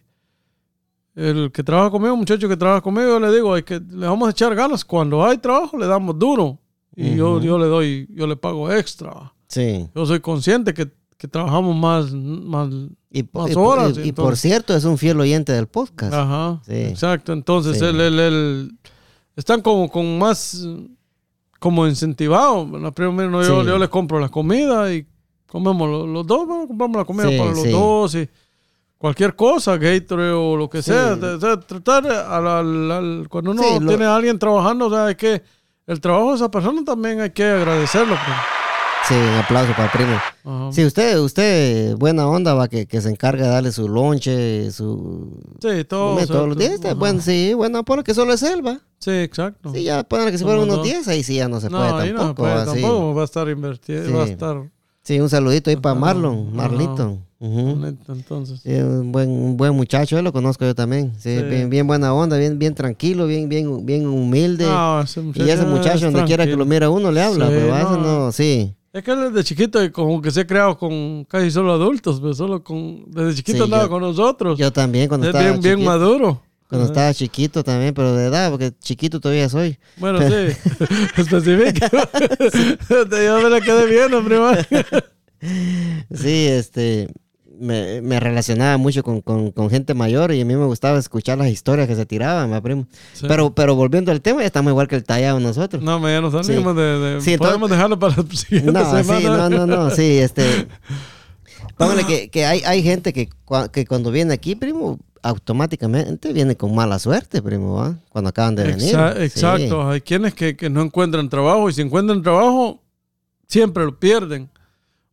Speaker 1: El que trabaja conmigo, muchacho que trabaja conmigo, yo le digo, hay que, le vamos a echar ganas. Cuando hay trabajo, le damos duro. Y yo, yo le doy, yo le pago extra.
Speaker 2: sí.
Speaker 1: Yo soy consciente que, que trabajamos más, más.
Speaker 2: Y, po-
Speaker 1: Más
Speaker 2: y por-
Speaker 1: horas,
Speaker 2: y- y por
Speaker 1: entonces. Ah.
Speaker 2: cierto, es un fiel oyente del podcast.
Speaker 1: Ajá.
Speaker 2: Sí.
Speaker 1: Exacto. Entonces,
Speaker 2: Sí.
Speaker 1: el, el- el- están como con más. eh, Como incentivados. La primera, no, yo,
Speaker 2: Sí.
Speaker 1: yo le compro la comida y comemos lo- los, dos, bueno, compramos la comida
Speaker 2: Sí,
Speaker 1: para los
Speaker 2: sí.
Speaker 1: dos y cualquier cosa, Gatorade o lo que
Speaker 2: Sí.
Speaker 1: sea. O sea, tratar al- al- al- cuando uno
Speaker 2: Sí, lo-
Speaker 1: tiene a alguien trabajando, o sea, hay que. El trabajo de esa persona también hay que agradecerlo. pues.
Speaker 2: Sí, un aplauso para el primo.
Speaker 1: Ajá.
Speaker 2: Sí, usted, usted, buena onda, va, que, que se encarga de darle su lonche, su...
Speaker 1: Sí, todo. o
Speaker 2: comer
Speaker 1: sea,
Speaker 2: todos los días.
Speaker 1: Oh,
Speaker 2: Este,
Speaker 1: ajá.
Speaker 2: Bueno, sí, bueno, por lo que solo es él, va.
Speaker 1: Sí, exacto.
Speaker 2: Sí, ya, ponen que si
Speaker 1: Somos
Speaker 2: fueran unos
Speaker 1: dos.
Speaker 2: 10, ahí sí ya no se
Speaker 1: no,
Speaker 2: puede
Speaker 1: ahí
Speaker 2: tampoco.
Speaker 1: no se puede,
Speaker 2: va, sí.
Speaker 1: tampoco va a estar invertido, va a
Speaker 2: Sí.
Speaker 1: estar.
Speaker 2: Sí, un saludito ahí para
Speaker 1: Ajá.
Speaker 2: Marlon,
Speaker 1: Ajá.
Speaker 2: Marlito. Ujú.
Speaker 1: Neta, Entonces.
Speaker 2: Sí, un, buen, un buen muchacho, él lo conozco yo también. Sí,
Speaker 1: Sí.
Speaker 2: Bien, bien buena onda, bien, bien tranquilo, bien, bien, bien humilde.
Speaker 1: No, ese muchacho
Speaker 2: y ese muchacho,
Speaker 1: es
Speaker 2: donde quiera que
Speaker 1: tranquilo.
Speaker 2: lo mira uno, le habla.
Speaker 1: Sí,
Speaker 2: pero va, eso
Speaker 1: no.
Speaker 2: no, sí.
Speaker 1: Es que él desde chiquito y como que se ha creado con casi solo adultos, pero solo con... Desde chiquito
Speaker 2: Sí,
Speaker 1: andaba
Speaker 2: yo-
Speaker 1: con nosotros.
Speaker 2: Yo también cuando
Speaker 1: es
Speaker 2: estaba
Speaker 1: bien, bien
Speaker 2: chiquito.
Speaker 1: maduro.
Speaker 2: Cuando estaba chiquito también, pero de edad, porque chiquito todavía soy.
Speaker 1: Bueno, sí. Específico. Yo me la quedé bien, hombre. man.
Speaker 2: Sí, este, me, me relacionaba mucho con, con- con gente mayor y a mí me gustaba escuchar las historias que se tiraban, va, primo.
Speaker 1: Sí.
Speaker 2: Pero, pero volviendo al tema, ya estamos igual que el tallado nosotros.
Speaker 1: No, me ya nos salimos de... de-
Speaker 2: Sí, entonces-
Speaker 1: Podemos dejarlo para la siguiente
Speaker 2: No,
Speaker 1: semana.
Speaker 2: sí, no, no, no, sí, este. Póngale que, que hay, hay gente que, cua- que cuando viene aquí, primo, automáticamente viene con mala suerte, primo, ¿va? Cuando acaban de venir.
Speaker 1: Exa-
Speaker 2: Sí.
Speaker 1: exacto. Hay quienes que, que no encuentran trabajo y si encuentran trabajo, siempre lo pierden.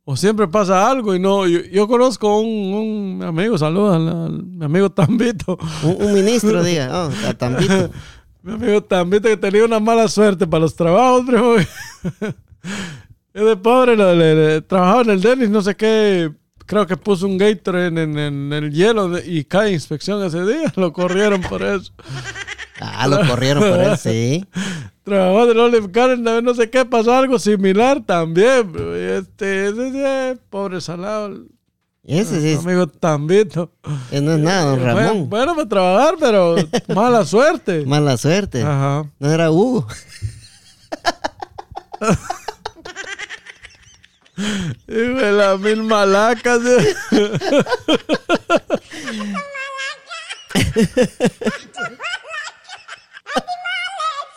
Speaker 1: O siempre pasa algo y no. Yo, yo conozco un, un amigo, saludos al, al- mi amigo Tambito.
Speaker 2: Un, un ministro diga, oh, a Tambito.
Speaker 1: Mi amigo Tambito que tenía una mala suerte para los trabajos, primo. Es de pobre, lo- le- le- trabajaba en el Dennis, no sé qué. Creo que puso un gator en, en- en el hielo de- y cae inspección ese día. Lo corrieron por eso.
Speaker 2: Ah, lo corrieron por él, sí.
Speaker 1: Trabajó del Olive Garden, también no sé qué, pasó algo similar también. bro. Y Este, ese, ese, pobre salado,
Speaker 2: Ese sí,
Speaker 1: amigo Tambito.
Speaker 2: es- no es nada, don
Speaker 1: Bueno,
Speaker 2: Ramón.
Speaker 1: bueno para trabajar, pero mala suerte.
Speaker 2: Mala suerte.
Speaker 1: Ajá.
Speaker 2: No era Hugo.
Speaker 1: Y de las mil malacas. eh.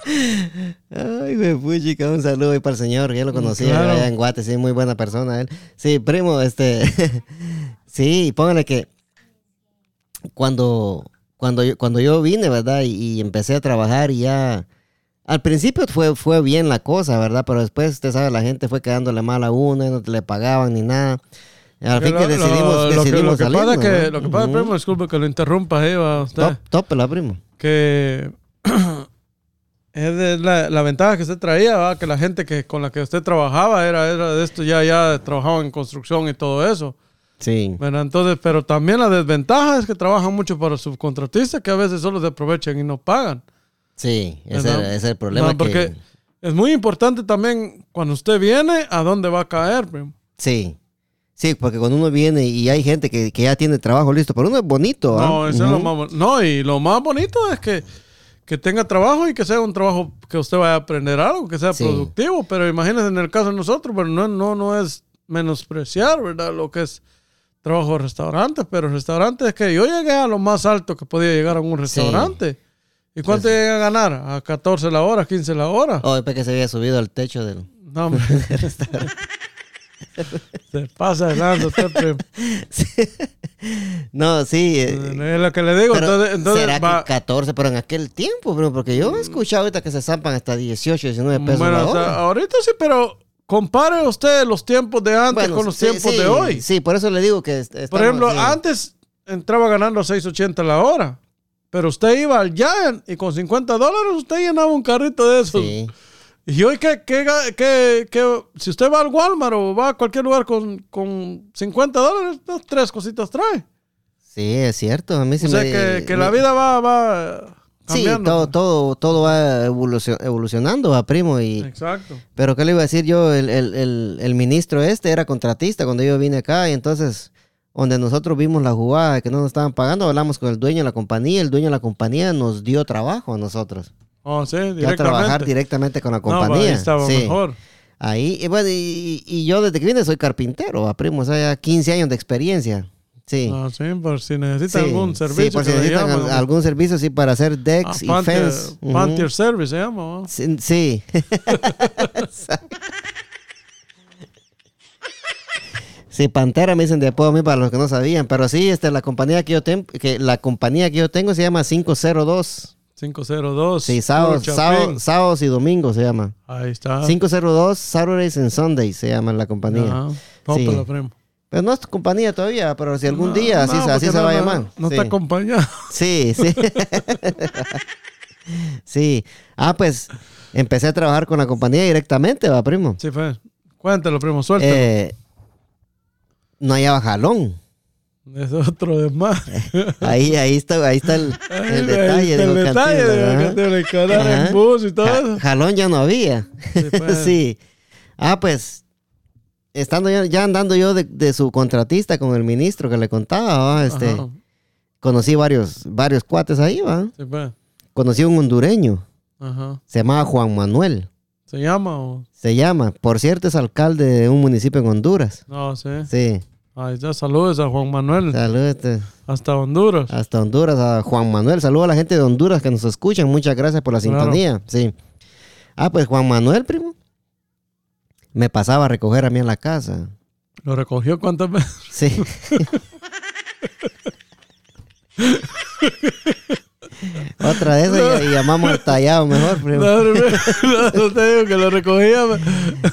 Speaker 2: Ay, güey, fui, chica, un saludo ahí para el señor, ya lo conocí
Speaker 1: Mm, claro.
Speaker 2: allá en Guate, sí, muy buena persona él. Sí, primo, este, sí, póngale que cuando, cuando, yo, cuando yo vine, ¿verdad? Y, y empecé a trabajar y ya, al principio fue, fue bien la cosa, ¿verdad? Pero después, usted sabe, la gente fue quedándole mal a uno, y no te le pagaban ni nada. Al fin que decidimos,
Speaker 1: lo, que-
Speaker 2: decidimos
Speaker 1: lo que, pasa
Speaker 2: salirnos,
Speaker 1: que,
Speaker 2: ¿no?
Speaker 1: lo que pasa,
Speaker 2: Ujú.
Speaker 1: primo, disculpe que lo interrumpa, Eva, usted.
Speaker 2: Top, tópela, primo.
Speaker 1: que es de la, la ventaja que usted traía, ¿va? que la gente que con la que usted trabajaba era, era de esto, ya, ya trabajaban en construcción y todo eso.
Speaker 2: Sí.
Speaker 1: ¿verdad? Entonces, pero también la desventaja es que trabajan mucho para subcontratistas que a veces solo se aprovechan y no pagan.
Speaker 2: Sí, ese,
Speaker 1: ¿Verdad?
Speaker 2: era- ese es el problema.
Speaker 1: ¿verdad? Porque
Speaker 2: que,
Speaker 1: es muy importante también cuando usted viene a dónde va a caer. primo.
Speaker 2: Sí. Sí, porque cuando uno viene y hay gente que, que ya tiene trabajo listo, pero uno es bonito, ¿ah?
Speaker 1: No, eso es lo
Speaker 2: Ujú.
Speaker 1: más bon- no, y lo más bonito es que, que tenga trabajo y que sea un trabajo que usted vaya a aprender algo, que sea
Speaker 2: Sí.
Speaker 1: productivo. Pero imagínense en el caso de nosotros, pero no, no, no es menospreciar, ¿verdad? Lo que es trabajo de restaurantes, pero restaurantes es que yo llegué a lo más alto que podía llegar a un restaurante. ¿Y cuánto llegan a ganar? ¿A 14 la hora? ¿15 la hora?
Speaker 2: Oh, después que se había subido al techo del.
Speaker 1: No, hombre. se pasa adelante usted, primo.
Speaker 2: No, sí. eh,
Speaker 1: Es lo que le digo.
Speaker 2: pero
Speaker 1: entonces, entonces
Speaker 2: será
Speaker 1: va-
Speaker 2: que 14, pero en aquel tiempo, bro, porque yo he escuchado ahorita que se zampan hasta 18, 19 pesos
Speaker 1: bueno,
Speaker 2: la
Speaker 1: hasta
Speaker 2: hora.
Speaker 1: ahorita sí, pero compare usted los tiempos de antes
Speaker 2: Bueno,
Speaker 1: con los
Speaker 2: sí,
Speaker 1: tiempos
Speaker 2: sí,
Speaker 1: de hoy.
Speaker 2: Sí, por eso le digo que. es-
Speaker 1: Por
Speaker 2: estamos
Speaker 1: ejemplo,
Speaker 2: así.
Speaker 1: antes entraba ganando 6.80 la hora. Pero usted iba al Giant y con 50 dólares usted llenaba un carrito de esos.
Speaker 2: Sí.
Speaker 1: Y hoy que, que, que, que si usted va al Walmart o va a cualquier lugar con, con 50 dólares, dos, tres cositas trae.
Speaker 2: Sí, es cierto. A mí sí
Speaker 1: o sea
Speaker 2: me-
Speaker 1: que, que la
Speaker 2: me-
Speaker 1: vida va, va
Speaker 2: Sí,
Speaker 1: cambiando.
Speaker 2: todo, todo, todo va evolucio- evolucionando, a primo. Y,
Speaker 1: Exacto.
Speaker 2: Pero qué le iba a decir yo, el, el- el- el ministro este era contratista cuando yo vine acá y entonces donde nosotros vimos la jugada que no nos estaban pagando, hablamos con el dueño de la compañía, el dueño de la compañía nos dio trabajo a nosotros,
Speaker 1: Oh, sí,
Speaker 2: ya
Speaker 1: directamente.
Speaker 2: trabajar directamente con la compañía.
Speaker 1: No, pues, ahí estaba
Speaker 2: Sí.
Speaker 1: mejor.
Speaker 2: Ahí, y, bueno, y- y yo desde que vine soy carpintero, a primo, o sea, ya 15 años de experiencia. Sí.
Speaker 1: No, sí, por si necesita
Speaker 2: Sí,
Speaker 1: Ah, algún
Speaker 2: sí,
Speaker 1: servicio.
Speaker 2: por si
Speaker 1: que le
Speaker 2: necesitan
Speaker 1: llaman.
Speaker 2: al- algún servicio, sí, para hacer
Speaker 1: Ah,
Speaker 2: decks y
Speaker 1: Panther-
Speaker 2: fence. Ujú.
Speaker 1: Panther Service se llama. ¿no?
Speaker 2: Sí. sí. Sí, Pantera me dicen de apodo a mí para los que no sabían, pero sí, este, la compañía que yo tengo, que la compañía que yo tengo se llama 502.
Speaker 1: 502.
Speaker 2: Sí,
Speaker 1: Puro
Speaker 2: sábados,
Speaker 1: Chapín.
Speaker 2: sábados, sábados y domingos se llama.
Speaker 1: Ahí está.
Speaker 2: 502 Saturdays and Sundays se llama la compañía.
Speaker 1: Ajá. Póntela,
Speaker 2: Sí.
Speaker 1: primo.
Speaker 2: Pero no es tu compañía todavía, pero si algún
Speaker 1: No,
Speaker 2: día así,
Speaker 1: no,
Speaker 2: se- así
Speaker 1: porque
Speaker 2: se
Speaker 1: no-
Speaker 2: va a
Speaker 1: no-
Speaker 2: llamar.
Speaker 1: No
Speaker 2: sí.
Speaker 1: está acompañado.
Speaker 2: Sí, sí. sí. Ah, pues empecé a trabajar con la compañía directamente, va, primo.
Speaker 1: Sí, fue. Cuéntalo, primo, suéltalo.
Speaker 2: Eh, no hallaba jalón.
Speaker 1: Es otro de más.
Speaker 2: Ahí, ahí está, ahí está el, el
Speaker 1: Ahí, ahí
Speaker 2: detalle.
Speaker 1: está
Speaker 2: dijo
Speaker 1: el detalle
Speaker 2: Cantinflas,
Speaker 1: de
Speaker 2: ajá.
Speaker 1: que tiene que andar
Speaker 2: Ajá.
Speaker 1: en bus y todo
Speaker 2: Ja-
Speaker 1: eso.
Speaker 2: jalón ya no había.
Speaker 1: Sí, pues.
Speaker 2: sí. Ah, pues, estando ya, ya andando yo de, de su contratista con el ministro que le contaba, ¿va? este,
Speaker 1: Ajá.
Speaker 2: conocí varios, varios cuates ahí, ¿va?
Speaker 1: Sí, pues.
Speaker 2: Conocí un hondureño,
Speaker 1: Ajá.
Speaker 2: se llamaba Juan Manuel.
Speaker 1: ¿Se llama o?
Speaker 2: Se llama. Por cierto, es alcalde de un municipio en Honduras.
Speaker 1: No, sí.
Speaker 2: Sí.
Speaker 1: Ahí está. Saludos a Juan Manuel.
Speaker 2: Saludos este,
Speaker 1: Hasta Honduras.
Speaker 2: hasta Honduras a Juan Manuel. Saludos a la gente de Honduras que nos escuchan. Muchas gracias por la
Speaker 1: Claro.
Speaker 2: sintonía. Sí. Ah, pues Juan Manuel, primo. Me pasaba a recoger a mí en la casa.
Speaker 1: ¿Lo recogió cuántas veces?
Speaker 2: Sí. Otra de esas y, y llamamos al tallado mejor, primo.
Speaker 1: No, no te digo que lo recogía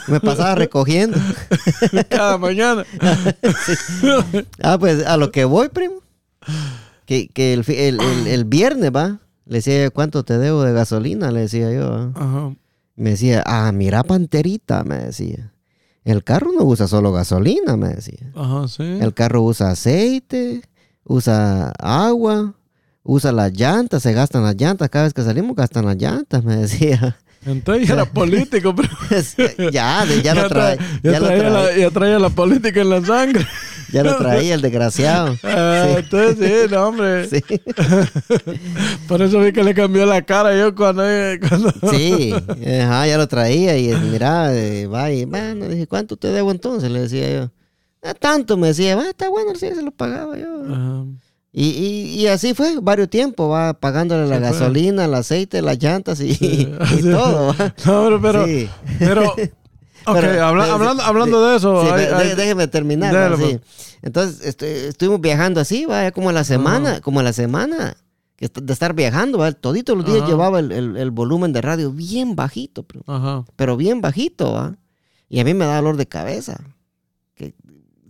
Speaker 2: Me pasaba recogiendo.
Speaker 1: cada mañana.
Speaker 2: Ah, pues a lo que voy, primo. Que, que el, fi- el- el- el viernes, va. Le decía yo, ¿cuánto te debo de gasolina? Le decía yo. ¿va?
Speaker 1: Ajá.
Speaker 2: Me decía, ah, mira, panterita, me decía. El carro no usa solo gasolina, me decía.
Speaker 1: Ajá, sí.
Speaker 2: El carro usa aceite, usa agua, usa las llantas, se gastan las llantas. Cada vez que salimos gastan las llantas, me decía.
Speaker 1: Entonces ya era político, pero
Speaker 2: ya, de- ya lo trae.
Speaker 1: tra- ya
Speaker 2: Ya lo
Speaker 1: traía
Speaker 2: trae.
Speaker 1: la, ya traía la política en la sangre.
Speaker 2: Ya lo traía el desgraciado.
Speaker 1: Ah, Entonces sí, no, hombre.
Speaker 2: Sí.
Speaker 1: Por eso vi que le cambió la cara yo cuando... cuando...
Speaker 2: Sí, ajá, ya lo traía y mira, eh, va y bueno, dije, ¿cuánto te debo entonces? Le decía yo. "Ah, tanto me decía, va, está bueno, sí, se lo pagaba yo.
Speaker 1: Ajá.
Speaker 2: Y, y, y así fue varios tiempos, va pagándole la
Speaker 1: Sí, fue.
Speaker 2: gasolina, el aceite, las llantas y, y
Speaker 1: Sí.
Speaker 2: todo. va.
Speaker 1: No, hombre, pero...
Speaker 2: Sí.
Speaker 1: Pero... Ok,
Speaker 2: Pero,
Speaker 1: habla-
Speaker 2: de-
Speaker 1: hablando,
Speaker 2: de-
Speaker 1: hablando de eso...
Speaker 2: sí,
Speaker 1: hay-
Speaker 2: de-
Speaker 1: hay-
Speaker 2: de- déjeme terminar.
Speaker 1: Dale,
Speaker 2: va,
Speaker 1: pues.
Speaker 2: sí. Entonces estu- estuvimos viajando así, va, ya como a la semana, como a la semana que est- de estar viajando, va, todito los días
Speaker 1: Ajá.
Speaker 2: llevaba el, el- el volumen de radio bien bajito. primo.
Speaker 1: Ajá.
Speaker 2: pero bien bajito, ¿va? Y a mí me da dolor de cabeza. Que,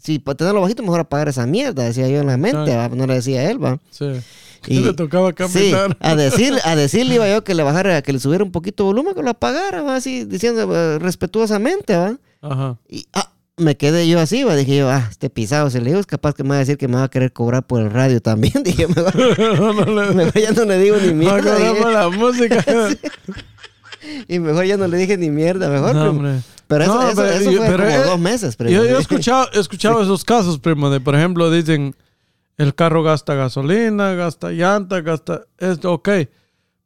Speaker 2: si para tenerlo bajito, mejor apagar esa mierda, decía yo en la mente, ¿va? No le decía a él, ¿va?
Speaker 1: Sí.
Speaker 2: Y-
Speaker 1: le tocaba
Speaker 2: Sí,
Speaker 1: caminar.
Speaker 2: a, decir, a decirle iba yo que le bajara, que le subiera un poquito de volumen, que lo apagara, ¿va? Así, diciendo eh, respetuosamente, ¿va?
Speaker 1: Ajá.
Speaker 2: Y ah, me quedé yo así, ¿va? Dije yo, ah, este pisado, si le digo, es capaz que me va a decir que me va a querer cobrar por el radio también. Dije, mejor,
Speaker 1: no, le-
Speaker 2: mejor ya no le digo ni
Speaker 1: no
Speaker 2: mierda.
Speaker 1: acordamos
Speaker 2: dije,
Speaker 1: la música.
Speaker 2: y mejor ya no le dije ni mierda, mejor.
Speaker 1: No,
Speaker 2: primo.
Speaker 1: hombre.
Speaker 2: Pero eso,
Speaker 1: No,
Speaker 2: eso-
Speaker 1: pero-
Speaker 2: eso
Speaker 1: y-
Speaker 2: fue
Speaker 1: pero
Speaker 2: como
Speaker 1: es-
Speaker 2: dos meses, primo.
Speaker 1: Yo, yo he escuchado, he escuchado esos casos, primo, de por ejemplo, dicen, el carro gasta gasolina, gasta llanta, gasta esto, ok.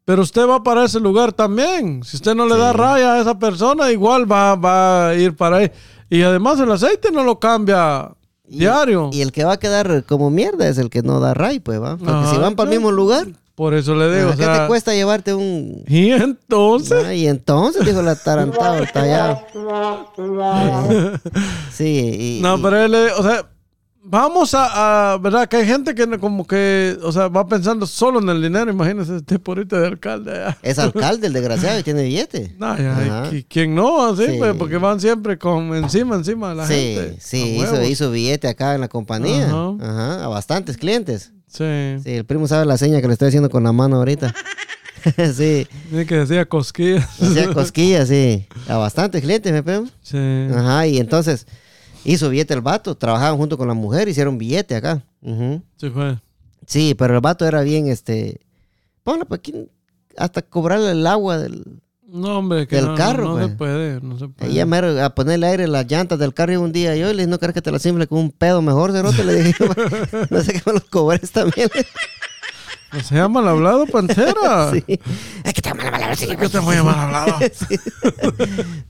Speaker 1: Pero usted va para ese lugar también. Si usted no le da raya a esa persona, igual va, va a ir para ahí. Y además el aceite no lo cambia diario.
Speaker 2: Y el que va a quedar como mierda es el que no da ray, pues, ¿va? Porque
Speaker 1: Ajá,
Speaker 2: si van para el
Speaker 1: claro.
Speaker 2: mismo lugar,
Speaker 1: Por eso le digo,
Speaker 2: ¿Qué
Speaker 1: o sea,
Speaker 2: te cuesta llevarte un...
Speaker 1: y entonces,
Speaker 2: Ah, y entonces dijo la tarantado, está allá. Sí, y,
Speaker 1: no,
Speaker 2: y-
Speaker 1: pero él le o sea, vamos a, a- ¿verdad? Que hay gente que no- como que, o sea, va pensando solo en el dinero, imagínese este porito de alcalde allá.
Speaker 2: es alcalde el desgraciado y tiene billete.
Speaker 1: No, ya,
Speaker 2: Ajá.
Speaker 1: ¿qui- ¿Quién no? Así,
Speaker 2: Sí.
Speaker 1: pues, porque van siempre con encima, encima de la
Speaker 2: sí,
Speaker 1: gente.
Speaker 2: sí,
Speaker 1: A
Speaker 2: hizo,
Speaker 1: huevo.
Speaker 2: hizo billete acá en la compañía.
Speaker 1: Ajá.
Speaker 2: Ajá, a bastantes clientes.
Speaker 1: Sí.
Speaker 2: Sí, el primo sabe la seña que le estoy haciendo con la mano ahorita. sí,
Speaker 1: Dice que decía cosquillas.
Speaker 2: hacía cosquillas, sí. A bastantes clientes, me primo.
Speaker 1: Sí.
Speaker 2: Ajá, y entonces hizo billete el vato, trabajaban junto con la mujer, hicieron billete acá. Ujú.
Speaker 1: Sí, fue.
Speaker 2: Sí, pero el vato era bien, este, Pablo, pues ¿quién? hasta cobrarle el agua del...
Speaker 1: No, hombre, que
Speaker 2: Del
Speaker 1: no,
Speaker 2: carro,
Speaker 1: no, no
Speaker 2: pues.
Speaker 1: se puede, no se puede.
Speaker 2: Ahí a, mero- a ponerle aire en las llantas del carro y un día yo y le dije, no querés que te la simple con un pedo mejor, cerote, le dije, no sé qué me los cobres también.
Speaker 1: No Pues se llama mal hablado, pantera.
Speaker 2: sí. Es que te amo la palabra, sí.
Speaker 1: Yo te voy a mal hablado.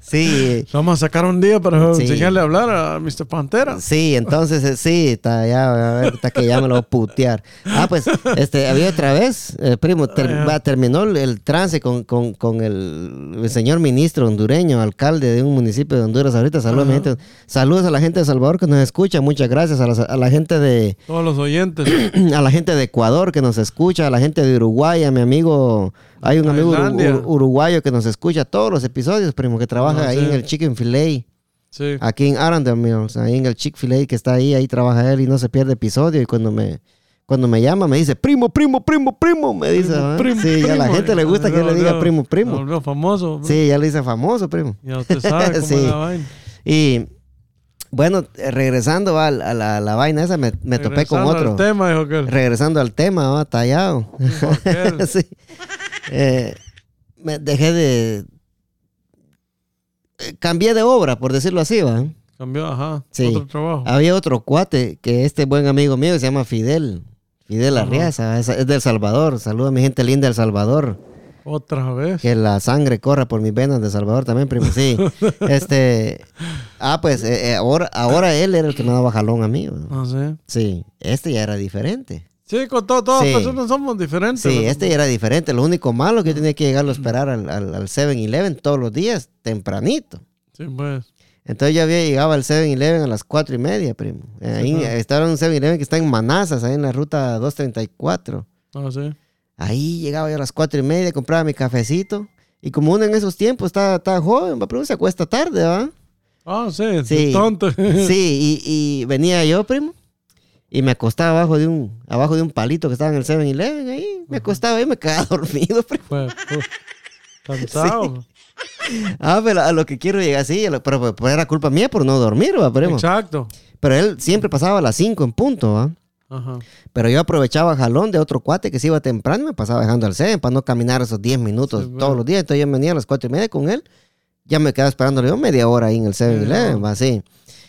Speaker 2: Sí,
Speaker 1: Vamos a sacar un día para
Speaker 2: Sí.
Speaker 1: enseñarle a hablar a Mr. Pantera.
Speaker 2: Sí, entonces, eh, sí, está ya, a ver, está que ya me lo voy a putear. Ah, pues, este, había otra vez, eh, primo, ter-
Speaker 1: Ah, ya.
Speaker 2: va, terminó el, el trance con, con- con el, el señor ministro hondureño, alcalde de un municipio de Honduras ahorita. Saludos, mi gente. Saludos a la gente de Salvador que nos escucha, muchas gracias a, las- a la gente de,
Speaker 1: Todos los oyentes.
Speaker 2: a la gente de Ecuador que nos escucha, a la gente de Uruguay, a mi amigo, hay un amigo uru-
Speaker 1: Tailandia.
Speaker 2: uru- uruguayo que nos escucha todos los episodios, primo, que trabaja
Speaker 1: Ah,
Speaker 2: ahí
Speaker 1: sí.
Speaker 2: en el Chicken Filet
Speaker 1: Sí.
Speaker 2: aquí en Arundel Mills, ahí en el Chick-fil-A que está ahí, ahí trabaja él y no se pierde episodio. Y cuando me, cuando me llama, me dice, primo, primo, primo, primo, me dice. ¿ah? sí, a la gente le gusta que yo le diga primo,
Speaker 1: Se
Speaker 2: primo.
Speaker 1: volvió famoso. bro.
Speaker 2: Sí, ya le dice famoso, primo.
Speaker 1: Ya usted sabe cómo
Speaker 2: Sí.
Speaker 1: es la vaina.
Speaker 2: Y bueno, eh, regresando a, la- a la, la vaina esa, me, me topé con
Speaker 1: Regresando al
Speaker 2: otro.
Speaker 1: tema, dijo que el-
Speaker 2: Regresando al tema, ¿va? tallado.
Speaker 1: dijo que el-
Speaker 2: sí. Eh, me dejé de... eh, Cambié de obra, por decirlo así, ¿va?
Speaker 1: Cambió, ajá.
Speaker 2: Sí. Ah.
Speaker 1: Otro trabajo.
Speaker 2: Había otro cuate que este buen amigo mío se llama Fidel. Fidel
Speaker 1: Ajá.
Speaker 2: Arriaza, es, es de El Salvador. Saluda a mi gente linda de El Salvador.
Speaker 1: Otra vez.
Speaker 2: Que la sangre corra por mis venas de El Salvador también, primo. Sí. este. Ah, pues eh, eh, ahora, ahora él era el que me daba jalón a mí. ¿no?
Speaker 1: No sé.
Speaker 2: Sí. Este ya era diferente.
Speaker 1: Ah, Sí, con todo, todas
Speaker 2: Sí.
Speaker 1: las personas somos diferentes.
Speaker 2: Sí,
Speaker 1: ¿verdad?
Speaker 2: este ya era diferente. Lo único malo que yo tenía que llegar a esperar al, al, al 7-Eleven todos los días, tempranito.
Speaker 1: Sí, pues.
Speaker 2: Entonces yo había llegado al 7-Eleven a las 4 y media, primo. Eh, Ahí
Speaker 1: Ajá.
Speaker 2: estaba un 7-Eleven que está en Manazas, ahí en la ruta 234.
Speaker 1: No sé.
Speaker 2: Ahí llegaba yo a las 4 y media, compraba mi cafecito. Y como uno en esos tiempos está, está joven, va, primo, se acuesta tarde, ¿va?
Speaker 1: Ah, sí.
Speaker 2: Sí.
Speaker 1: sí. Tonto.
Speaker 2: Sí, y, y venía yo, primo, y me acostaba abajo de un, abajo de un palito que estaba en el 7-Eleven ahí. Me acostaba y me quedaba dormido, primo.
Speaker 1: Pues, pues, cansado.
Speaker 2: Ah, pero a lo que quiero llegar, sí, a lo- pero, pero era culpa mía por no dormir, ¿va, primo?
Speaker 1: Exacto.
Speaker 2: Pero él siempre pasaba a las 5 en punto, ¿va?
Speaker 1: Ajá.
Speaker 2: Pero yo aprovechaba jalón de otro cuate que se iba temprano y me pasaba dejando al CEN para no caminar esos 10 minutos
Speaker 1: Sí, bueno.
Speaker 2: todos los días. Entonces yo venía a las 4 y media con él. Ya me quedaba esperándole yo media hora ahí en el 7-Eleven, va, así.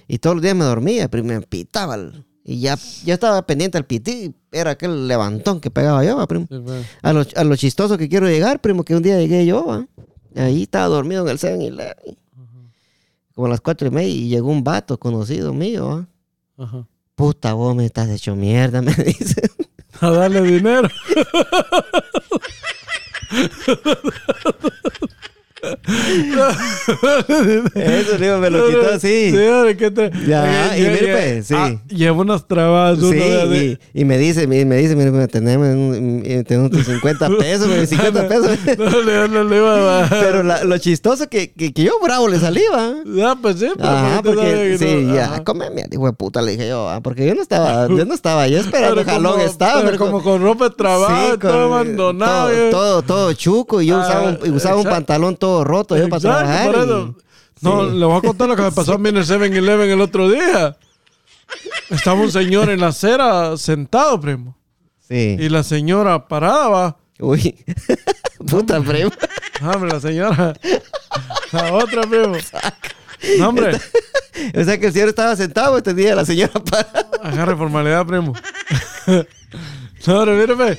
Speaker 2: Y todos los días me dormía, pero me pitaba. el- Y ya yo estaba pendiente al pití. Era aquel levantón que pegaba yo, va, primo.
Speaker 1: Sí, pues.
Speaker 2: A lo, a lo chistoso que quiero llegar, primo, que un día llegué yo, va. Ahí estaba dormido en el 7-Eleven. Como a las 4 y media y llegó un vato conocido mío, va.
Speaker 1: Ajá.
Speaker 2: Puta, vos me estás hecho mierda, me dice.
Speaker 1: A darle dinero.
Speaker 2: Eso, Lima, me lo quitó así.
Speaker 1: Sí, ahora que te...
Speaker 2: Ya,
Speaker 1: Eh,
Speaker 2: y
Speaker 1: lle-
Speaker 2: mire,
Speaker 1: lle-
Speaker 2: pues, sí.
Speaker 1: ah, lleva unas trabas. pues uno de- de-
Speaker 2: Sí, y, y me dice, y me dice, mira, tenemos, un- eh, tenemos tus 50 pesos, me dice, 50 pesos.
Speaker 1: No, le- no le iba a...
Speaker 2: Pero la- lo chistoso que, que, que yo bravo le salí, va.
Speaker 1: Ah, pues sí. pero
Speaker 2: Ajá,
Speaker 1: porque tú
Speaker 2: porque
Speaker 1: sabes que
Speaker 2: sí,
Speaker 1: no-
Speaker 2: ya,
Speaker 1: ajá.
Speaker 2: come mierda, hijo de puta, le dije yo, ah, porque yo no estaba, yo no estaba, yo esperando
Speaker 1: Pero
Speaker 2: jalón,
Speaker 1: como-
Speaker 2: estaba,
Speaker 1: pero
Speaker 2: pero
Speaker 1: como con ropa de trabajo,
Speaker 2: Sí,
Speaker 1: todo
Speaker 2: con-
Speaker 1: abandonado.
Speaker 2: Todo,
Speaker 1: eh.
Speaker 2: todo, todo chuco, y yo
Speaker 1: Ah,
Speaker 2: usaba, un, usaba un
Speaker 1: exacto.
Speaker 2: pantalón todo roto yo para
Speaker 1: Exacto,
Speaker 2: trabajar.
Speaker 1: por
Speaker 2: y-
Speaker 1: eso. No, le voy a contar lo que me pasó a mí en el 7-Eleven el otro día. Estaba un señor en la acera sentado, primo.
Speaker 2: Sí.
Speaker 1: Y la señora parada va.
Speaker 2: Uy, puta, primo.
Speaker 1: Ah, hombre, la señora. La otra, primo. No, hombre.
Speaker 2: O sea que el señor estaba sentado, entendía la señora para.
Speaker 1: Agarre formalidad, primo. No, hombre, mire, ve.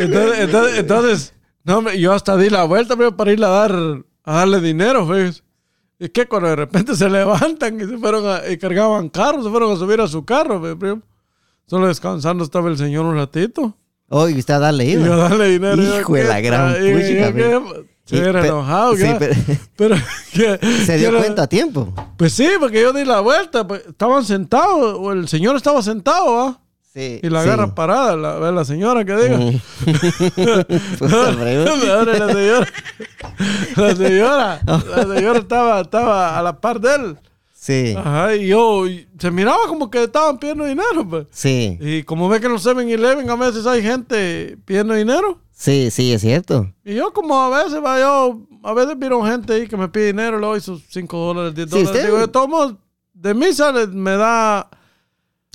Speaker 1: Entonces, entonces, entonces, no, hombre, yo hasta di la vuelta, primo, para ir a dar, a darle dinero, pues. Es que cuando de repente se levantan y se fueron a, y cargaban carros, se fueron a subir a su carro, ve, primo. Solo descansando estaba el señor un ratito.
Speaker 2: Hoy usted a darle
Speaker 1: Y yo
Speaker 2: IVA.
Speaker 1: darle dinero.
Speaker 2: Hijo
Speaker 1: yo,
Speaker 2: de
Speaker 1: ¿qué
Speaker 2: la gran
Speaker 1: tal? Y yo,
Speaker 2: puchica,
Speaker 1: ¿qué?
Speaker 2: Y-
Speaker 1: Se hubiera
Speaker 2: pe-
Speaker 1: enojado,
Speaker 2: sí,
Speaker 1: ¿qué?
Speaker 2: pero
Speaker 1: pero, que-
Speaker 2: se dio
Speaker 1: que era-
Speaker 2: cuenta a tiempo.
Speaker 1: Pues sí, porque yo di la vuelta. pues, Estaban sentados, o el señor estaba sentado, ¿ah?
Speaker 2: Sí.
Speaker 1: Y la
Speaker 2: sí.
Speaker 1: agarra parada, la, la señora que diga.
Speaker 2: Mm. Puta, hombre.
Speaker 1: Me abre la señora. La señora. La señora estaba, estaba a la par de él.
Speaker 2: Sí.
Speaker 1: Ajá, y yo, y se miraba como que estaban pidiendo dinero, pues.
Speaker 2: Sí.
Speaker 1: Y como ve que en los 7-Eleven a veces hay gente pidiendo dinero.
Speaker 2: Sí, sí, es cierto.
Speaker 1: Y yo como a veces, va, yo, a veces miro gente ahí que me pide dinero, le doy sus 5 dólares, 10
Speaker 2: Sí,
Speaker 1: dólares.
Speaker 2: usted-
Speaker 1: Digo, yo tomo, de mí sale, me da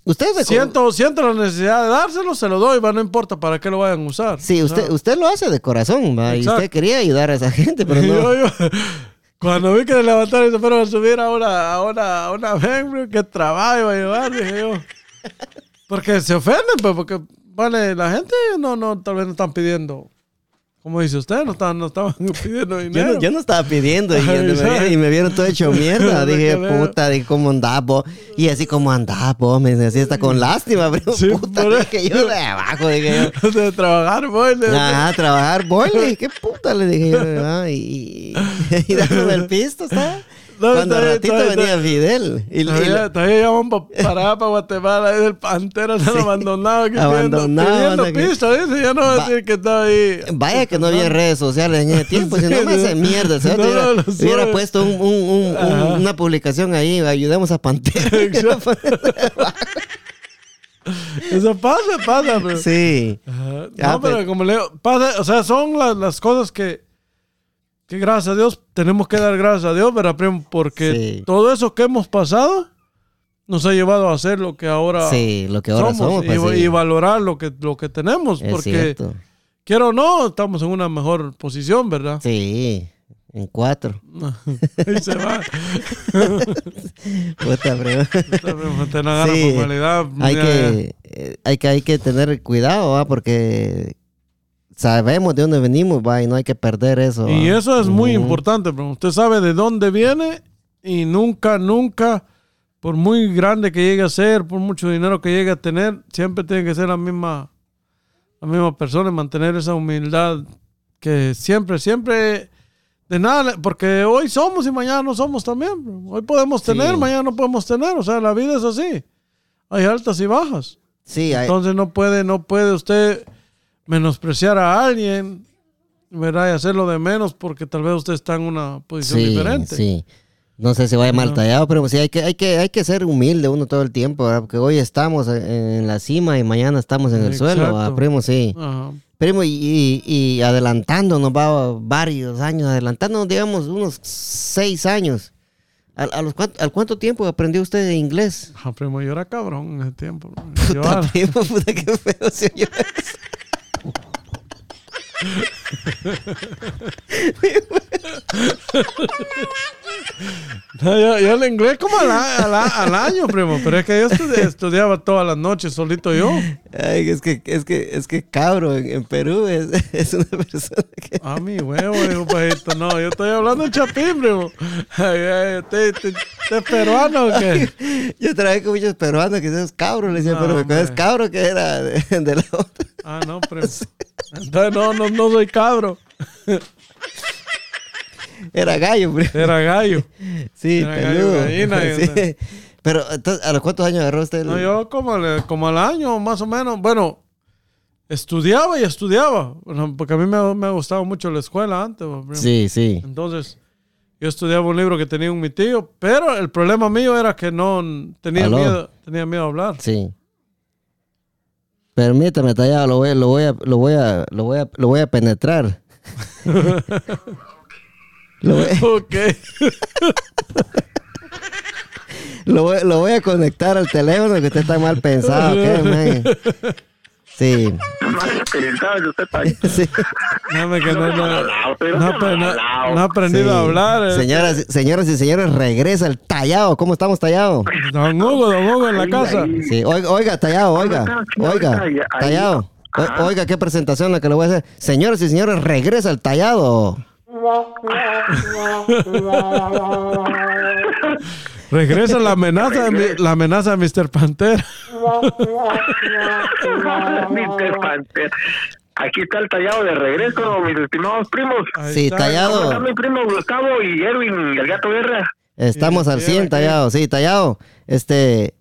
Speaker 2: Usted de-
Speaker 1: siento, siento la necesidad de dárselo, se lo doy, va, no importa para qué lo vayan a usar.
Speaker 2: Sí,
Speaker 1: O sea,
Speaker 2: usted, usted lo hace de corazón, va, y
Speaker 1: Exacto.
Speaker 2: usted quería ayudar a esa gente, pero
Speaker 1: Y
Speaker 2: no.
Speaker 1: yo- yo- cuando vi que le levantaron y se fueron a subir a una, a una, a una van, bro, qué trabajo iba a llevar, dije yo. Porque se ofenden, pues, porque, vale, la gente no, no, tal vez no están pidiendo, como dice usted, no están, no estaban pidiendo
Speaker 2: Yo
Speaker 1: dinero.
Speaker 2: no, yo no estaba pidiendo y,
Speaker 1: Ay,
Speaker 2: me
Speaker 1: ¿sabes?
Speaker 2: vieron, y me vieron todo hecho mierda.
Speaker 1: Me
Speaker 2: Dije,
Speaker 1: quedé-
Speaker 2: puta, dije, ¿cómo andás vos? Y así como andás vos, me decía, así está con lástima, pero
Speaker 1: Sí,
Speaker 2: puta,
Speaker 1: por
Speaker 2: dije yo de abajo, dije yo.
Speaker 1: de trabajar, voy. de-
Speaker 2: Ajá, trabajar, voy, le dije, qué puta, le dije yo, ¿verdad? Y, y, y dándome el pisto, ¿sabes?
Speaker 1: No,
Speaker 2: Cuando
Speaker 1: está
Speaker 2: al
Speaker 1: bien,
Speaker 2: ratito
Speaker 1: está bien,
Speaker 2: venía Fidel. Y, y
Speaker 1: Todavía, todavía ya van pa- para, para Guatemala, ahí del Pantera, están abandonados. aquí
Speaker 2: Abandonados,
Speaker 1: Pidiendo,
Speaker 2: aquí.
Speaker 1: pidiendo pisto, dice, ya no va
Speaker 2: Va-
Speaker 1: a decir que estaba ahí.
Speaker 2: Vaya que no había redes sociales en ese tiempo, si
Speaker 1: Sí,
Speaker 2: no me hace
Speaker 1: no.
Speaker 2: mierda, si
Speaker 1: No, no,
Speaker 2: hubiera,
Speaker 1: lo
Speaker 2: hubiera
Speaker 1: sube.
Speaker 2: puesto un- un- un- un-
Speaker 1: Ajá.
Speaker 2: una publicación ahí, ayudemos a Pantera.
Speaker 1: Exacto. Eso pasa, pasa, pues. pero.
Speaker 2: sí,
Speaker 1: Ajá. No,
Speaker 2: Ya,
Speaker 1: pero
Speaker 2: pero-
Speaker 1: como le digo, pasa, o sea, son la- las cosas que, que gracias a Dios tenemos que dar gracias a Dios, ¿verdad, primo? Porque
Speaker 2: Sí.
Speaker 1: todo eso que hemos pasado nos ha llevado a hacer lo que ahora
Speaker 2: sí, lo que ahora
Speaker 1: Ah. somos,
Speaker 2: somos.
Speaker 1: y,
Speaker 2: pues, sí.
Speaker 1: y valorar lo que, lo que tenemos,
Speaker 2: es
Speaker 1: porque
Speaker 2: cierto.
Speaker 1: quiero o no, estamos en una mejor posición, ¿verdad?
Speaker 2: Sí, en cuatro.
Speaker 1: Ahí se va.
Speaker 2: Puta, pero-
Speaker 1: Estamos teniendo ganas
Speaker 2: Sí.
Speaker 1: por cualidad.
Speaker 2: hay,
Speaker 1: Ya,
Speaker 2: que, eh, hay, que, hay que tener cuidado, ¿va? porque sabemos de dónde venimos ¿va? y no hay que perder eso.
Speaker 1: Y
Speaker 2: ¿va?
Speaker 1: eso es muy
Speaker 2: Ujú.
Speaker 1: importante, bro. Usted sabe de dónde viene y nunca, nunca, por muy grande que llegue a ser, por mucho dinero que llegue a tener, siempre tiene que ser la misma, la misma persona y mantener esa humildad que siempre, siempre, de nada, le- porque hoy somos y mañana no somos también. bro. Hoy podemos
Speaker 2: Sí.
Speaker 1: tener, mañana no podemos tener. O sea, la vida es así. Hay altas y bajas.
Speaker 2: Sí, hay-
Speaker 1: Entonces no puede, no puede usted menospreciar a alguien, ¿verdad? Y hacerlo de menos porque tal vez usted está en una posición
Speaker 2: sí,
Speaker 1: diferente.
Speaker 2: sí. No sé si vaya mal tallado, pero sí, hay que, hay, que, hay que ser humilde uno todo el tiempo, ¿verdad? porque hoy estamos en- en la cima y mañana estamos en el
Speaker 1: Exacto.
Speaker 2: suelo, ¿verdad, primo, sí.
Speaker 1: Ajá.
Speaker 2: Primo, y, y- y adelantándonos, va varios años, adelantándonos, digamos, unos seis años. ¿A, a los cuánto, ¿Al cuánto tiempo aprendió usted de inglés?
Speaker 1: Ah, primo, yo era cabrón en ese tiempo. bro. Yo,
Speaker 2: Puta, primo, puta, qué feo se oyó eso.
Speaker 1: No, yo- yo el inglés como al, a- al a- al año, primo, pero es que yo estudi- estudiaba todas las noches solito yo.
Speaker 2: Ay, es que, es que, es que cabro, en, en Perú es, es una persona que...
Speaker 1: A Ah, mi huevo, dijo Pajito. No, yo estoy hablando en chapín, primo. Ay, ay, ¿Usted usted- usted es peruano o qué?
Speaker 2: Yo trabajé con muchos peruanos que esos cabros, le decían,
Speaker 1: No,
Speaker 2: pero me acuerdo, es
Speaker 1: hombre.
Speaker 2: cabro que era de, de la otra.
Speaker 1: Ah, no, primo. Entonces, no, no, no soy cabro.
Speaker 2: Era gallo, primo.
Speaker 1: Era gallo.
Speaker 2: Sí,
Speaker 1: Era gallo,
Speaker 2: peludo.
Speaker 1: gallina,
Speaker 2: Sí.
Speaker 1: gallina.
Speaker 2: Pero, entonces, ¿a los cuántos años agarró usted? el-
Speaker 1: No, yo como al, como al año, más o menos. Bueno, estudiaba y estudiaba. bueno, Porque a mí me, me ha gustado mucho la escuela antes. ¿no?
Speaker 2: Sí, sí.
Speaker 1: Entonces, yo estudiaba un libro que tenía un mi tío. Pero el problema mío era que no tenía
Speaker 2: Aló.
Speaker 1: miedo, tenía miedo a hablar.
Speaker 2: Sí. Permítame, tallado, lo voy, lo voy a, lo voy a, lo voy a, lo voy a penetrar. lo, voy,
Speaker 1: Ok.
Speaker 2: lo, voy, lo voy a conectar al teléfono que usted está mal pensado, ¿qué, man? Sí,
Speaker 3: No hay experiencia de usted país.
Speaker 2: sí.
Speaker 1: Dame que no, no,
Speaker 3: Alao, pero
Speaker 1: no
Speaker 3: que
Speaker 1: apre- no-
Speaker 3: alao.
Speaker 1: no he aprendido
Speaker 2: Sí.
Speaker 1: a hablar. eh.
Speaker 2: Señoras, señoras y señores, regresa el tallado. ¿Cómo estamos, tallado?
Speaker 1: Don Hugo, don Hugo en la casa.
Speaker 3: ahí.
Speaker 2: Sí, oiga, oiga, tallado, oiga,
Speaker 3: estás? ¿Qué
Speaker 2: oiga,
Speaker 3: ahorita? Ahí-
Speaker 2: tallado. O-
Speaker 3: Ajá.
Speaker 2: Oiga, qué presentación la que le voy a hacer. Señoras y señores, regresa el tallado.
Speaker 1: Regresa la amenaza, de mi- la amenaza de Mr. Pantera.
Speaker 3: Mr. Panther. Aquí está el tallado de regreso, mis estimados primos.
Speaker 1: Ahí
Speaker 2: Sí,
Speaker 1: está.
Speaker 3: ¿Cómo está
Speaker 2: tallado.
Speaker 3: mi primo Gustavo y Erwin, el gato guerra?
Speaker 2: Estamos al
Speaker 1: Sí, aquí.
Speaker 2: 100, tallado. Sí, tallado. Este.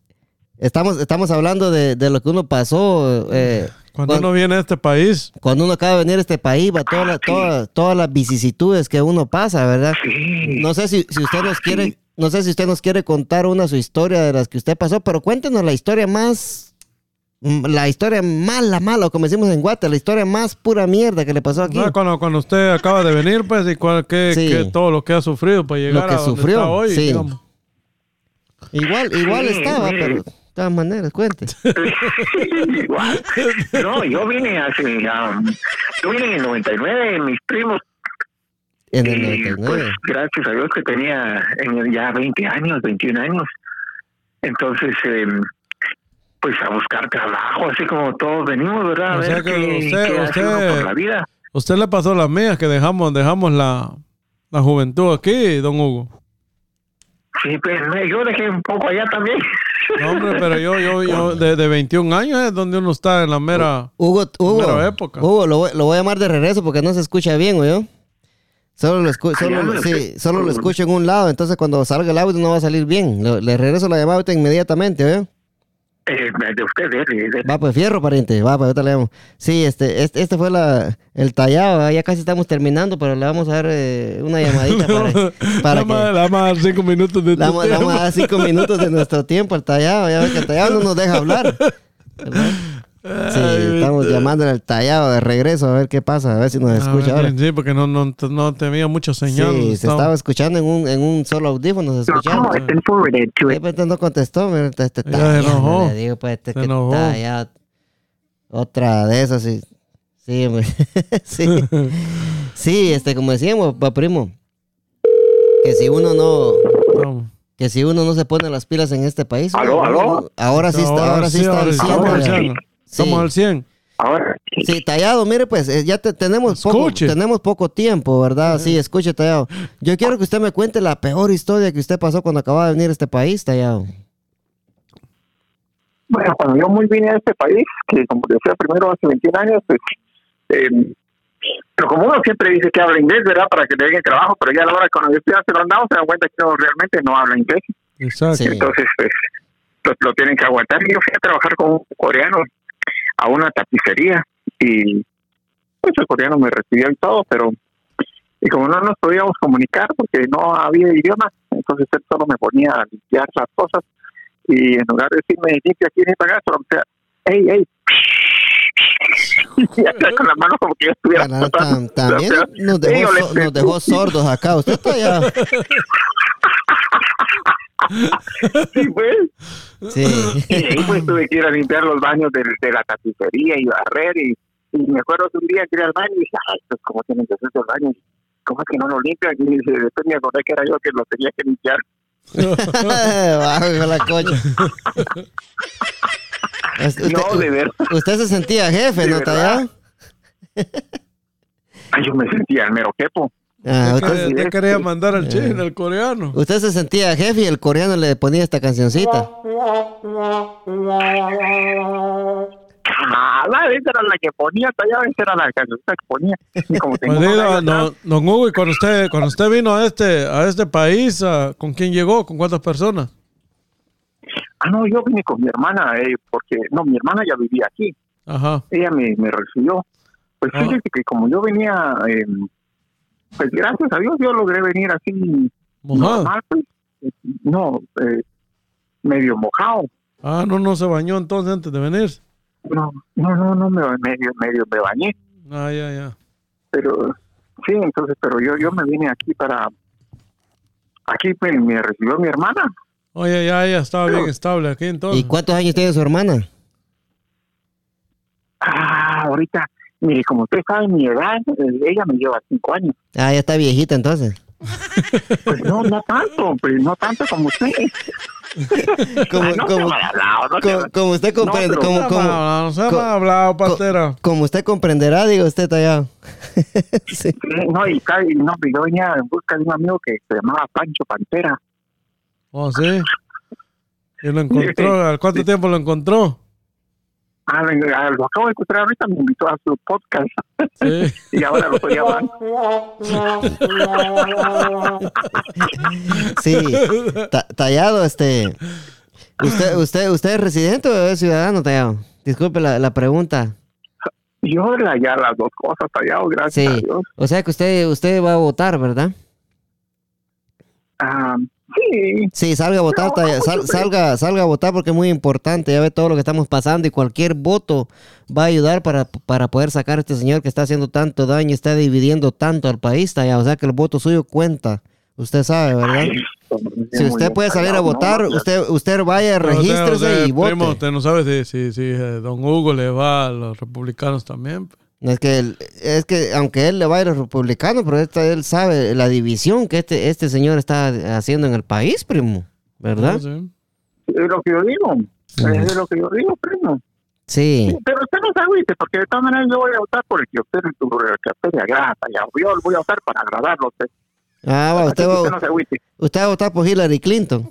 Speaker 2: Estamos, estamos hablando de, de lo que uno pasó. eh,
Speaker 1: Cuando
Speaker 2: cuan-
Speaker 1: uno viene a este país,
Speaker 2: cuando uno acaba de venir a este país, va toda la- toda- todas las vicisitudes que uno pasa, ¿verdad?
Speaker 3: Ah, Sí. Ah,
Speaker 2: No sé si, si usted nos quiere, no sé si usted nos quiere contar una su historia de las que usted pasó, pero cuéntenos la historia más, mm, la historia mala, mala, o como decimos en Guate, la historia más pura mierda que le pasó aquí.
Speaker 1: ¿verdad? cuando, cuando usted acaba de venir, pues, y cuál, qué-
Speaker 2: Sí.
Speaker 1: qué- todo lo que ha sufrido para llegar
Speaker 2: que
Speaker 1: a donde
Speaker 2: sufrió,
Speaker 1: está hoy.
Speaker 2: sí.
Speaker 1: digamos.
Speaker 2: Igual, igual
Speaker 3: Sí,
Speaker 2: estaba,
Speaker 3: mire.
Speaker 2: pero de todas maneras, cuente.
Speaker 3: Igual. No, yo vine hace. um, yo vine en el 99, mis primos.
Speaker 2: En el
Speaker 3: Y
Speaker 2: 99.
Speaker 3: pues, gracias a Dios que tenía en el- ya 20 años, 21 años. Entonces, em, pues a buscar trabajo, así como todos venimos, ¿verdad? A
Speaker 1: O
Speaker 3: ver
Speaker 1: sea que
Speaker 3: qué,
Speaker 1: usted-
Speaker 3: qué hace uno
Speaker 1: usted-
Speaker 3: por la vida.
Speaker 1: Usted le pasó las mías que dejamos, dejamos la, la juventud aquí, don Hugo.
Speaker 3: Sí, pues me- yo dejé un poco allá también.
Speaker 1: No, hombre, pero yo, yo, yo, de, de 21 años es donde uno está en la mera.
Speaker 2: Hugo, Hugo,
Speaker 1: Primera época.
Speaker 2: Hugo lo, voy, lo voy a llamar de regreso porque no se escucha bien, yo Solo lo, escu- solo, Ah, lo- sí, solo lo escucho en un lado, entonces cuando salga el audio no va a salir bien. Lo- le regreso la llamada ahorita inmediatamente, ¿oyó?
Speaker 3: Eh, de usted, de, de- de-
Speaker 2: Va, pues fierro, pariente. Va, pues ahorita le damos. Sí, este, este, este fue la, el tallado. ¿verdad? Ya casi estamos terminando, pero le vamos a dar eh, una llamadita para, para
Speaker 1: la
Speaker 2: que.
Speaker 1: más, la más cinco minutos de
Speaker 2: Le
Speaker 1: tu
Speaker 2: vamos, le vamos a dar cinco minutos de nuestro tiempo al tallado. Ya ves que el tallado no nos deja hablar. ¿verdad? Sí, estamos llamándole al tallado de regreso a ver qué pasa, a ver si nos
Speaker 1: tiempo. Ah,
Speaker 2: escucha ahora.
Speaker 1: Sí, porque no, no, no tenía mucha señal.
Speaker 2: Sí, se estaba escuchando en un, en un solo audífono, se escuchaba.
Speaker 3: No, it's been forwarded to
Speaker 2: De
Speaker 3: it.
Speaker 2: repente no contestó, mira, este, este
Speaker 1: Ya
Speaker 2: tallado,
Speaker 1: se enojó.
Speaker 2: le digo, pues, este
Speaker 1: Se
Speaker 2: que
Speaker 1: enojó.
Speaker 2: tallado. Otra de esas, sí. Sí, hombre. sí. Sí, este, como decíamos, pa, primo, que si uno no,
Speaker 1: Vamos.
Speaker 2: que si uno no se pone las pilas en este país,
Speaker 3: Aló,
Speaker 2: uno-
Speaker 3: aló.
Speaker 2: ahora sí está, ahora, sí está al
Speaker 1: ahora
Speaker 2: cien,
Speaker 1: estamos al
Speaker 2: ¿verdad?
Speaker 1: 100. Estamos al 100.
Speaker 3: Ahora, eh,
Speaker 2: Sí, Tallado, mire, pues eh, ya te- tenemos, poco,
Speaker 1: Escuche.
Speaker 2: tenemos poco tiempo, ¿verdad? Sí, escuche, Tallado. Yo quiero que usted me cuente la peor historia que usted pasó cuando acababa de venir a este país, Tallado.
Speaker 3: Bueno, cuando yo muy vine a este país, que como te decía primero hace 21 años, pues, eh, pero como uno siempre dice que habla inglés, ¿verdad? Para que le den el trabajo, pero ya a la hora cuando yo estoy haciendo andado se dan cuenta que no, realmente no habla inglés.
Speaker 1: Exacto.
Speaker 2: Sí.
Speaker 3: Entonces, pues, lo, lo tienen que aguantar. Yo fui a trabajar con un coreano a una tapicería y pues el coreano me recibió y todo, pero y como no nos podíamos comunicar porque no había idioma, entonces él solo me ponía a limpiar las cosas y en lugar de decirme limpia aquí en pagar, solo me decía, hey, hey, y acá con las manos como que yo estuviera
Speaker 2: Bueno, tam-
Speaker 3: tratando, o
Speaker 2: también
Speaker 3: sea,
Speaker 2: nos
Speaker 3: sí, yo
Speaker 2: dejó,
Speaker 3: le-
Speaker 2: so- nos dejó sordos acá. Usted está allá.
Speaker 3: Sí, pues.
Speaker 2: Sí.
Speaker 3: Y de ahí pues tuve que ir a limpiar los baños de, de la tapicería y barrer y, y me acuerdo que un día que ir al baño y dije, ay, pues cómo tienen que hacer los baños, cómo es que no lo limpian y dice, después me acordé que era yo que lo tenía que limpiar.
Speaker 2: Bajo hijo de la cocha. Es- Usted,
Speaker 3: no, de ver,
Speaker 2: usted se sentía jefe,
Speaker 3: De
Speaker 2: ¿no,
Speaker 3: verdad.
Speaker 2: Tallado?
Speaker 3: ay, yo me sentía el mero jepo.
Speaker 2: Ah, Eh.
Speaker 1: Te
Speaker 2: usted,
Speaker 1: quería- te quería mandar al chino, al coreano.
Speaker 2: usted se sentía jefe y el coreano le ponía esta cancioncita.
Speaker 3: Ah, esa era la que ponía, tallaba, esa era la cancioncita que ponía. Y como tengo
Speaker 1: Pues
Speaker 3: un
Speaker 1: diga,
Speaker 3: horario
Speaker 1: don, don Hugo, y cuando usted, cuando usted vino a este, a este país, ¿a- ¿con quién llegó? ¿Con cuántas personas?
Speaker 3: Ah, no, yo vine con mi hermana, eh, porque, no, mi hermana ya vivía aquí,
Speaker 1: Ajá.
Speaker 3: ella me, me recibió. Pues
Speaker 1: Ah.
Speaker 3: fíjate que como yo venía, eh, pues gracias a Dios yo logré venir así
Speaker 1: Mojado.
Speaker 3: normal, pues, no, eh, medio mojado.
Speaker 1: Ah, no, no se bañó entonces antes de venir.
Speaker 3: No, no, no, no, me, medio, medio me bañé,
Speaker 1: Ah, ya, ya.
Speaker 3: pero sí, entonces, pero yo, yo me vine aquí para, aquí pues, me recibió mi hermana,
Speaker 1: Oye, ya, ya estaba bien estable aquí entonces.
Speaker 2: ¿Y cuántos años tiene su hermana?
Speaker 3: Ah, ahorita, mire, como usted sabe mi edad, eh, ella me lleva cinco años.
Speaker 2: Ah, ya está viejita entonces.
Speaker 3: Pues no, no tanto, pues no tanto como usted.
Speaker 2: Como,
Speaker 3: Ah, no se
Speaker 2: como-
Speaker 3: vaya al lado, no se
Speaker 2: como- como usted comprende,
Speaker 3: No, pero-
Speaker 1: No,
Speaker 2: como, como-
Speaker 1: no, no se
Speaker 2: co-
Speaker 1: ha hablado, pastera.
Speaker 2: como usted comprenderá, digo usted Tallado. Sí.
Speaker 3: vaya- No, y, sabe, no, pues, yo venía en busca de un amigo que se llamaba Pancho Pantera.
Speaker 1: Oh, sí. Y lo encontró. ¿Al cuánto tiempo lo encontró?
Speaker 3: Ah, venga, lo acabo de encontrar ahorita, me invitó a su podcast
Speaker 1: Sí.
Speaker 3: y ahora lo estoy llamando.
Speaker 2: Sí, Ta- tallado, este. ¿Usted, usted, ¿Usted es residente o es ciudadano, tallado? Disculpe la, la pregunta.
Speaker 3: Yo la, ya las dos cosas tallado, gracias a
Speaker 2: Sí,
Speaker 3: Dios.
Speaker 2: o sea que usted, usted va a votar, ¿verdad?
Speaker 3: Ah, sí,
Speaker 2: Sí, salga a votar,
Speaker 3: No,
Speaker 2: talla-
Speaker 3: no,
Speaker 2: sal-
Speaker 3: yo creo-
Speaker 2: salga, salga a votar porque es muy importante. Ya ve todo lo que estamos pasando y cualquier voto va a ayudar para, para poder sacar a este señor que está haciendo tanto daño y está dividiendo tanto al país, talla. O sea que el voto suyo cuenta. Usted sabe, ¿verdad? Si usted puede salir a votar, usted, usted vaya,
Speaker 1: Pero usted-
Speaker 2: regístrese
Speaker 1: usted,
Speaker 2: y vote.
Speaker 1: primo, usted no sabe si, si, si eh, don Hugo le va a los republicanos también.
Speaker 2: No, Es que, él- es que aunque él le va a ir al republicano, pero esta- él sabe la división que este, este señor está haciendo en el país, primo. ¿Verdad?
Speaker 1: Sí.
Speaker 3: Es lo que yo digo, es lo que yo digo, primo.
Speaker 2: Sí.
Speaker 3: Sí, Pero usted no se agüite, porque de todas maneras yo voy a votar por el que usted, por el que a usted le agrada, tallado. Yo voy a votar para agradarlo a usted.
Speaker 2: Ah, va,
Speaker 3: Así
Speaker 2: usted,
Speaker 3: que
Speaker 2: va,
Speaker 3: usted no se agüite.
Speaker 2: usted va a votar por Hillary Clinton.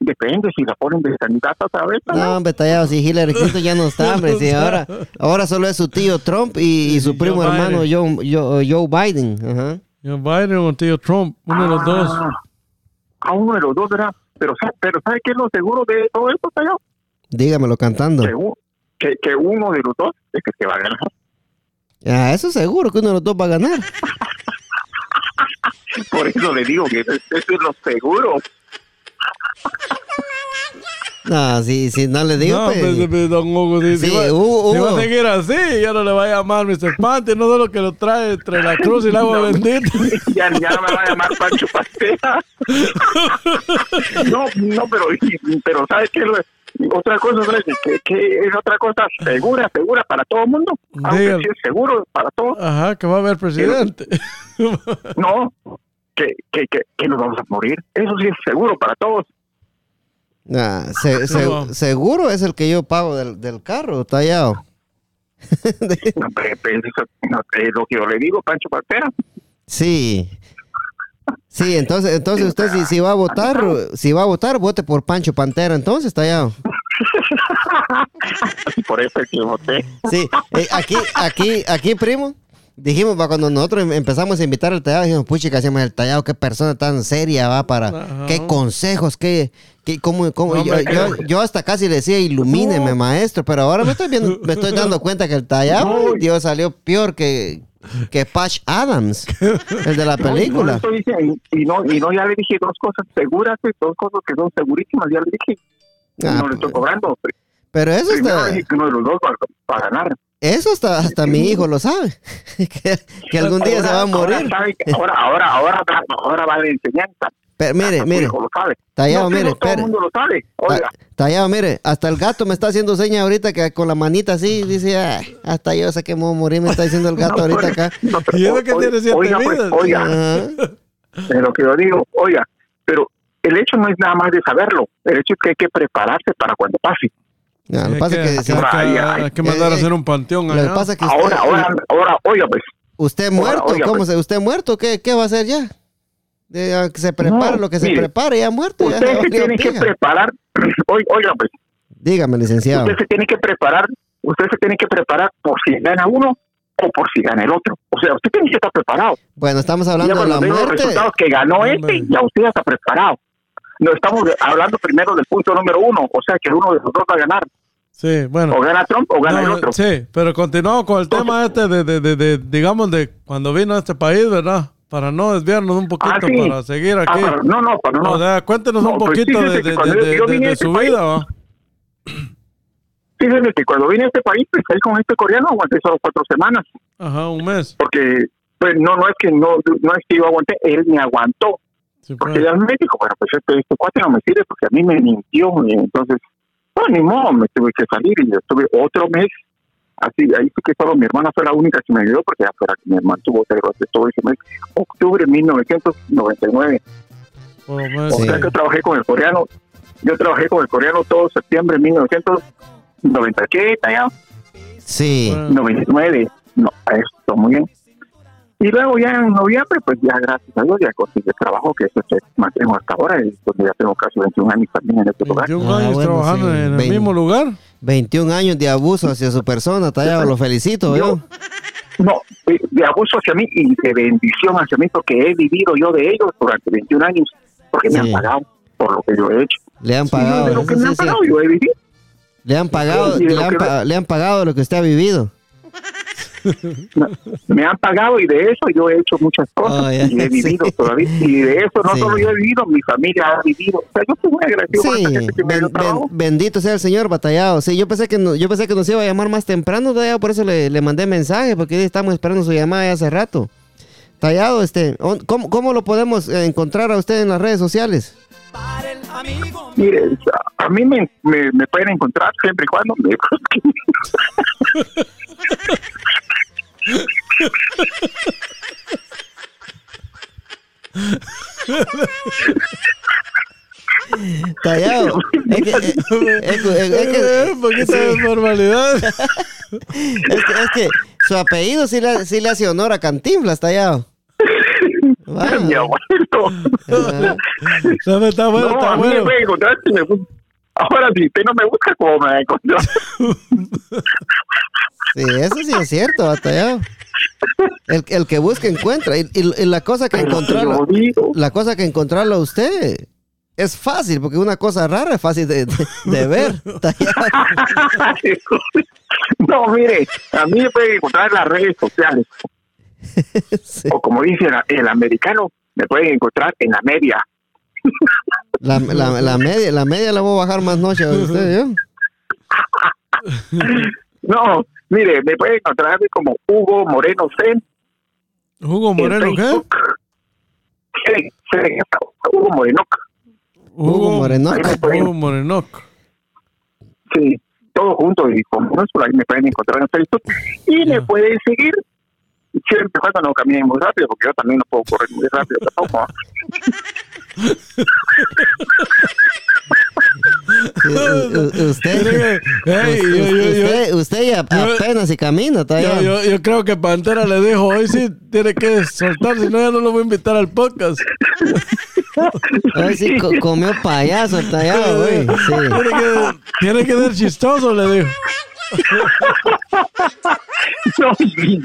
Speaker 3: Depende si la ponen de candidata otra vez.
Speaker 2: No,
Speaker 3: tallado.
Speaker 2: hombre, tallado, si Hillary Clinton ya no está, hombre. Si ahora, ahora solo es su tío Trump y, y su
Speaker 1: Y
Speaker 2: primo
Speaker 1: Joe
Speaker 2: hermano Joe, Joe, eh, Joe Biden. Ajá.
Speaker 1: Joe Biden o tío Trump, uno de los dos.
Speaker 3: Ah, A uno de los dos, ¿verdad? Pero, sa- pero ¿sabe qué es lo seguro de todo esto, tallado?
Speaker 2: Dígamelo cantando.
Speaker 3: Que, u- que, que uno de los dos es el que va a ganar.
Speaker 2: Ah, eso seguro que uno de los dos va a ganar.
Speaker 3: Por eso le digo que eso es eso es lo seguro.
Speaker 2: No, si, si no le digo,
Speaker 1: no,
Speaker 2: pues,
Speaker 1: pues, pues, don Hugo, si, si
Speaker 2: Sí,
Speaker 1: va,
Speaker 2: Hugo,
Speaker 1: si va
Speaker 2: Hugo.
Speaker 1: a seguir así, ya no le va a llamar Mr. Panty, no solo que lo trae entre la cruz y el agua
Speaker 3: No.
Speaker 1: bendita.
Speaker 3: Ya, ya me va a llamar Pancho Pastela. No, no, pero, pero ¿sabes qué? Otra cosa, ¿sabes? Que, que es otra cosa segura, segura para todo el mundo. Aunque
Speaker 1: Dígalo.
Speaker 3: sí es seguro para todos,
Speaker 1: Ajá, que va a haber presidente.
Speaker 3: no. Que, que, que, que nos vamos a morir. Eso sí es seguro para todos.
Speaker 2: Ah, se- se-
Speaker 1: No.
Speaker 2: seguro es el que yo pago del, del carro, tallado.
Speaker 3: No, pero- pero eso- no, es lo que yo le digo, Pancho Pastela.
Speaker 2: Sí. Sí, entonces, entonces usted si, si va a votar, si va a votar, vote por Pancho Pantera, entonces, tallado.
Speaker 3: Por eso es que voté.
Speaker 2: Sí, eh, aquí, aquí, aquí, primo, dijimos, va, cuando nosotros em- empezamos a invitar al tallado, dijimos, pucha, que hacemos el tallado, qué persona tan seria va para,
Speaker 1: Ajá.
Speaker 2: qué consejos, qué, qué cómo, cómo.
Speaker 1: No,
Speaker 2: yo,
Speaker 1: hombre,
Speaker 2: yo- yo hasta casi le decía, ilumíneme, maestro, pero ahora me estoy viendo, me estoy dando cuenta que el tallado, Dios, salió peor que, que Patch Adams, el de la
Speaker 3: No, y no le
Speaker 2: película.
Speaker 3: estoy diciendo- y, y no, y no, ya le dije dos cosas seguras, y dos cosas que son segurísimas, ya le dije. Y
Speaker 2: Ah,
Speaker 3: no le estoy cobrando.
Speaker 2: Pero eso
Speaker 3: Primero
Speaker 2: está,
Speaker 3: dije que uno de los dos va, va a ganar.
Speaker 2: eso está, hasta mi hijo lo sabe, que, que algún día se va a
Speaker 3: Ahora-
Speaker 2: morir.
Speaker 3: Ahora, sabe que- ahora, ahora, ahora, va- ahora va de enseñanza.
Speaker 2: Pero mire,
Speaker 3: Tu
Speaker 2: mire,
Speaker 3: hijo lo sabe.
Speaker 2: tallado,
Speaker 3: No,
Speaker 2: mire,
Speaker 3: no todo el
Speaker 2: espere. Ah,
Speaker 3: mundo lo sabe. Oiga,
Speaker 2: Ta- Tallado, mire, hasta el gato me está haciendo señas ahorita que con la manita así dice, "Ay, hasta yo sé que me voy a morir, me está diciendo el gato
Speaker 3: no,
Speaker 2: ahorita
Speaker 3: pues,
Speaker 2: acá.
Speaker 3: no, pero-
Speaker 1: Y eso que
Speaker 3: o-
Speaker 1: tiene siete
Speaker 3: oiga, pues,
Speaker 1: vidas.
Speaker 3: oiga,
Speaker 2: Ajá.
Speaker 3: es lo que yo digo, oiga, pero el hecho no es nada más de saberlo. El hecho es que hay que prepararse para cuando pase.
Speaker 2: No, lo
Speaker 1: Hay
Speaker 2: que pasa es que, sí,
Speaker 1: hay
Speaker 3: Ay, ay.
Speaker 1: hay que mandar a
Speaker 2: Eh,
Speaker 1: hacer un panteón
Speaker 2: lo que
Speaker 1: allá.
Speaker 2: pasa es que usted,
Speaker 3: Ahora, ahora,
Speaker 2: eh.
Speaker 3: ahora, oiga, pues.
Speaker 2: usted muerto,
Speaker 3: oiga,
Speaker 2: ¿cómo
Speaker 3: pues.
Speaker 2: se, usted muerto, ¿qué, qué va a hacer ya? De- a que se prepare
Speaker 3: No,
Speaker 2: lo que se
Speaker 3: mire,
Speaker 2: prepare, ya muerto. Ya,
Speaker 3: Usted se
Speaker 2: valió
Speaker 3: tiene que
Speaker 2: pija.
Speaker 3: preparar. Oi- Oiga, pues.
Speaker 2: Dígame, licenciado.
Speaker 3: Usted se tiene que preparar, usted se tiene que preparar por si gana uno o por si gana el otro. O sea, usted tiene que estar preparado.
Speaker 2: Bueno, estamos hablando
Speaker 3: ya
Speaker 2: de
Speaker 3: cuando
Speaker 2: la
Speaker 3: vea los
Speaker 2: muerte.
Speaker 3: resultados que ganó
Speaker 1: Hombre.
Speaker 3: este, ya usted ya está preparado. No estamos de- hablando primero del punto número uno, o sea que uno de los dos va a ganar,
Speaker 1: Sí, bueno.
Speaker 3: o gana Trump o gana
Speaker 1: No,
Speaker 3: el otro.
Speaker 1: Sí, pero continuamos con el tema este de, de, de, de, digamos, de cuando vino a este país, ¿verdad? Para no desviarnos un poquito,
Speaker 3: Ah, sí.
Speaker 1: para seguir
Speaker 3: Ah,
Speaker 1: aquí.
Speaker 3: pero no, no, pero no.
Speaker 1: O sea, cuéntenos
Speaker 3: No,
Speaker 1: un
Speaker 3: pues
Speaker 1: poquito
Speaker 3: fíjese
Speaker 1: de,
Speaker 3: que
Speaker 1: de-
Speaker 3: cuando
Speaker 1: de-
Speaker 3: yo
Speaker 1: de-
Speaker 3: vine a
Speaker 1: de
Speaker 3: este
Speaker 1: su
Speaker 3: país-
Speaker 1: vida, ¿va?
Speaker 3: Fíjense que cuando vine a este país, pues ahí con este coreano aguanté solo cuatro semanas,
Speaker 1: Ajá, un mes.
Speaker 3: porque pues no, no es que no, no es que yo aguanté, él me aguantó.
Speaker 1: Sí, pues.
Speaker 3: Porque ya me dijo, bueno, pues este, este cuate no me sirve porque a mí me mintió. Y entonces, bueno, ni modo, me tuve que salir y yo estuve otro mes. Así, ahí sí que solo mi hermana fue la única que me ayudó porque ya fuera que mi hermana tuvo durante todo ese mes. Octubre de 1999.
Speaker 1: Por lo menos,
Speaker 3: O
Speaker 2: Sí.
Speaker 3: sea que yo trabajé con el coreano. Yo trabajé con el coreano todo septiembre de 1990. ¿Qué? ¿Está ya?
Speaker 2: Sí.
Speaker 1: bueno.
Speaker 3: 99. No, esto, muy bien. Y luego ya en noviembre, pues ya gracias a Dios ya conseguí trabajo, que eso se mantengo hasta ahora, y donde ya tengo casi 21 años también en este lugar.
Speaker 1: 21
Speaker 2: Ah,
Speaker 1: años
Speaker 2: bueno,
Speaker 1: trabajando
Speaker 2: sí,
Speaker 1: en el
Speaker 2: 20.
Speaker 1: mismo lugar.
Speaker 2: 21 años de abuso hacia su persona, Tallado, lo felicito yo.
Speaker 3: No, de, de abuso hacia mí y de bendición hacia mí, porque he vivido yo de ellos durante 21 años, porque me
Speaker 2: Sí.
Speaker 3: han pagado por lo que yo he hecho.
Speaker 2: Le han
Speaker 3: Y de
Speaker 2: pagado,
Speaker 3: lo
Speaker 2: eso
Speaker 3: que me
Speaker 2: sí
Speaker 3: han
Speaker 2: es cierto.
Speaker 3: pagado, yo he vivido.
Speaker 2: le han pagado,
Speaker 3: Sí, y de
Speaker 2: le
Speaker 3: lo
Speaker 2: han,
Speaker 3: que
Speaker 2: pa- le han pagado lo que usted ha vivido.
Speaker 3: me han pagado y de eso yo he hecho muchas cosas
Speaker 2: Oh, ya,
Speaker 3: y he vivido
Speaker 2: sí.
Speaker 3: todavía y de eso no
Speaker 2: Sí.
Speaker 3: solo yo he vivido mi familia ha vivido o sea yo estoy muy agradecido por
Speaker 2: Sí,
Speaker 3: esta gente que me dio
Speaker 2: ben- ben-
Speaker 3: trabajo
Speaker 2: bendito sea el Señor, batallado. Sí, yo pensé que no- yo pensé que nos iba a llamar más temprano, Tallado, por eso le, le mandé mensaje, porque estamos esperando su llamada ya hace rato. Tallado, este, on- ¿cómo, cómo lo podemos eh, encontrar a usted en las redes sociales?
Speaker 3: mire o sea, a mí me, me, me pueden encontrar siempre y cuando me busquen.
Speaker 2: Tallado, es que, es- es que- es que-
Speaker 1: Eh, poquita de normalidad.
Speaker 2: Es que, es que su apellido sí le, sí le hace honor a Cantinflas, tallado. Vaya.
Speaker 3: mi abuelo
Speaker 2: Ajá.
Speaker 1: No, no, está bueno,
Speaker 3: no
Speaker 1: está
Speaker 3: a mí me
Speaker 1: bueno.
Speaker 3: pueden encontrar si me buscan ahora si usted no me busca cómo me va a encontrar
Speaker 2: Sí, eso sí es cierto, va, tallado. El, el que busca encuentra. Y, y- y la cosa que
Speaker 3: Pero se
Speaker 2: encontrarlo,
Speaker 3: lo digo.
Speaker 2: la cosa que encontrarlo a usted es fácil, porque una cosa rara es fácil de, de- de ver. tallado.
Speaker 3: no mire a mí me pueden encontrar en las redes sociales
Speaker 2: Sí.
Speaker 3: o como dice el, el americano me pueden encontrar en la media
Speaker 2: La, la- la media, la media la voy a bajar más noche a usted, ¿yo?
Speaker 3: No, mire, me puede encontrar como Hugo Moreno C.
Speaker 1: Hugo
Speaker 3: en
Speaker 1: Moreno, ¿qué?
Speaker 3: Facebook. Sí, sí, Hugo Moreno.
Speaker 2: Hugo Moreno.
Speaker 1: Hugo Moreno.
Speaker 3: Sí, todo junto y con minúscula, ahí me pueden encontrar en Facebook. Y me
Speaker 1: Ya.
Speaker 3: pueden seguir. Siempre cuando no caminen muy rápido, porque yo también no puedo correr muy rápido tampoco. ¿ah?
Speaker 2: Sí, u- u- Eh, Usted.
Speaker 1: Mire que- Ey,
Speaker 2: Us-
Speaker 1: yo- yo- yo-
Speaker 2: usted, usted ya
Speaker 1: yo-
Speaker 2: apenas si camina,
Speaker 1: yo,
Speaker 2: tallado.
Speaker 1: yo- yo creo que Pantera le dijo, hoy sí tiene que soltar, si no ya no lo voy a invitar al podcast.
Speaker 2: Ay, sí, co- comió payaso el tallado, Ah, güey. Sí.
Speaker 1: Tiene, que, tiene que ser chistoso, le dijo.
Speaker 3: No, sí, sí.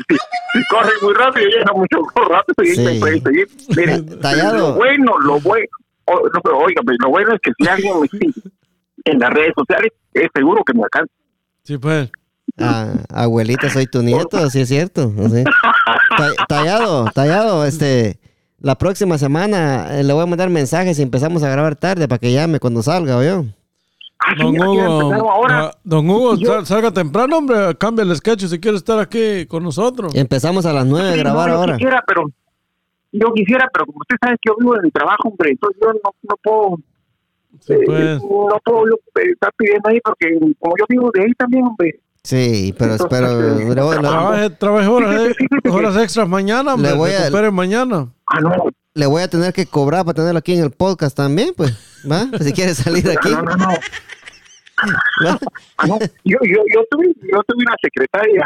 Speaker 3: si corren muy rápido, yo no mucho corro rápido y ahí
Speaker 2: Sí.
Speaker 3: me pueden seguir. Mire,
Speaker 2: Tallado.
Speaker 3: lo bueno, lo bueno, o- no, pero óigame, lo bueno es que si alguien me sigue en las redes sociales, es seguro que me alcanza.
Speaker 1: Sí, pues.
Speaker 2: Ah, abuelita, soy tu nieto, sí es cierto. sí. Ta- Tallado, tallado, este. La próxima semana eh, le voy a mandar mensajes y empezamos a grabar tarde para que llame cuando salga, yo.
Speaker 3: Ah, sí,
Speaker 1: Don
Speaker 3: mira, ya
Speaker 1: Hugo,
Speaker 3: empezaron ahora.
Speaker 1: ah, don Hugo
Speaker 3: Yo-
Speaker 1: sal- salga temprano, hombre, cambia el sketch si quiere estar aquí con nosotros.
Speaker 2: Empezamos a las 9 a
Speaker 3: Sí,
Speaker 2: grabar
Speaker 3: no, yo
Speaker 2: ahora.
Speaker 3: Quisiera, pero yo quisiera, pero como usted sabe que yo vivo de mi trabajo, hombre, entonces yo no, no puedo,
Speaker 1: Sí,
Speaker 3: eh,
Speaker 1: pues.
Speaker 3: no puedo yo, eh, estar pidiendo ahí porque como yo vivo de ahí también, hombre.
Speaker 2: Sí, pero, pero le, voy, le-
Speaker 1: Trabaje, trabaje horas, eh, horas extras mañana, hombre.
Speaker 2: Le voy a-
Speaker 1: recupere mañana.
Speaker 3: Ah, no,
Speaker 2: le voy a tener que cobrar para tenerlo aquí en el podcast también, pues. ¿Va? Si quiere salir aquí.
Speaker 3: Ah, no, no, no.
Speaker 2: ¿va?
Speaker 3: Ah, no. Yo, yo, yo, tuve, yo tuve una secretaria,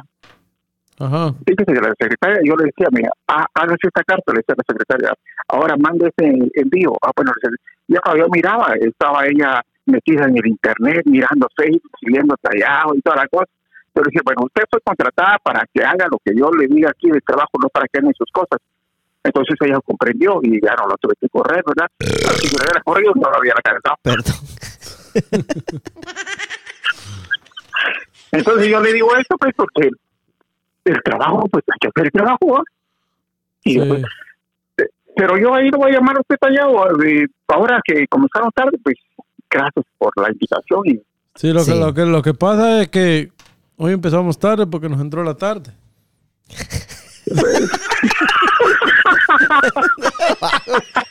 Speaker 1: Ajá.
Speaker 3: fíjese que la secretaria, yo le decía, mira, ah, hágase esta carta, le decía a la secretaria, ahora mándese en, en vivo. Ah, bueno, le decía, ya cuando yo miraba, estaba ella metida en el internet, mirando Facebook, siguiendo tallado y toda la cosa. Yo le dije, bueno, usted fue contratada para que haga lo que yo le diga aquí de trabajo, no para que hagan sus cosas. Entonces ella comprendió y ya no la tuve que correr, ¿verdad? Pero Si me hubiera corrido, no la hubiera cargado.
Speaker 2: Perdón.
Speaker 3: Entonces yo le digo esto, pues, porque el trabajo, pues hay que hacer el trabajo. ¿va? Y
Speaker 1: Sí.
Speaker 3: yo, pues, pero yo ahí lo voy a llamar a usted para allá, o, eh, ahora que comenzaron tarde, pues gracias por la invitación y
Speaker 1: Sí, lo,
Speaker 2: Sí.
Speaker 1: Que, lo, que, lo que pasa es que hoy empezamos tarde porque nos entró la tarde.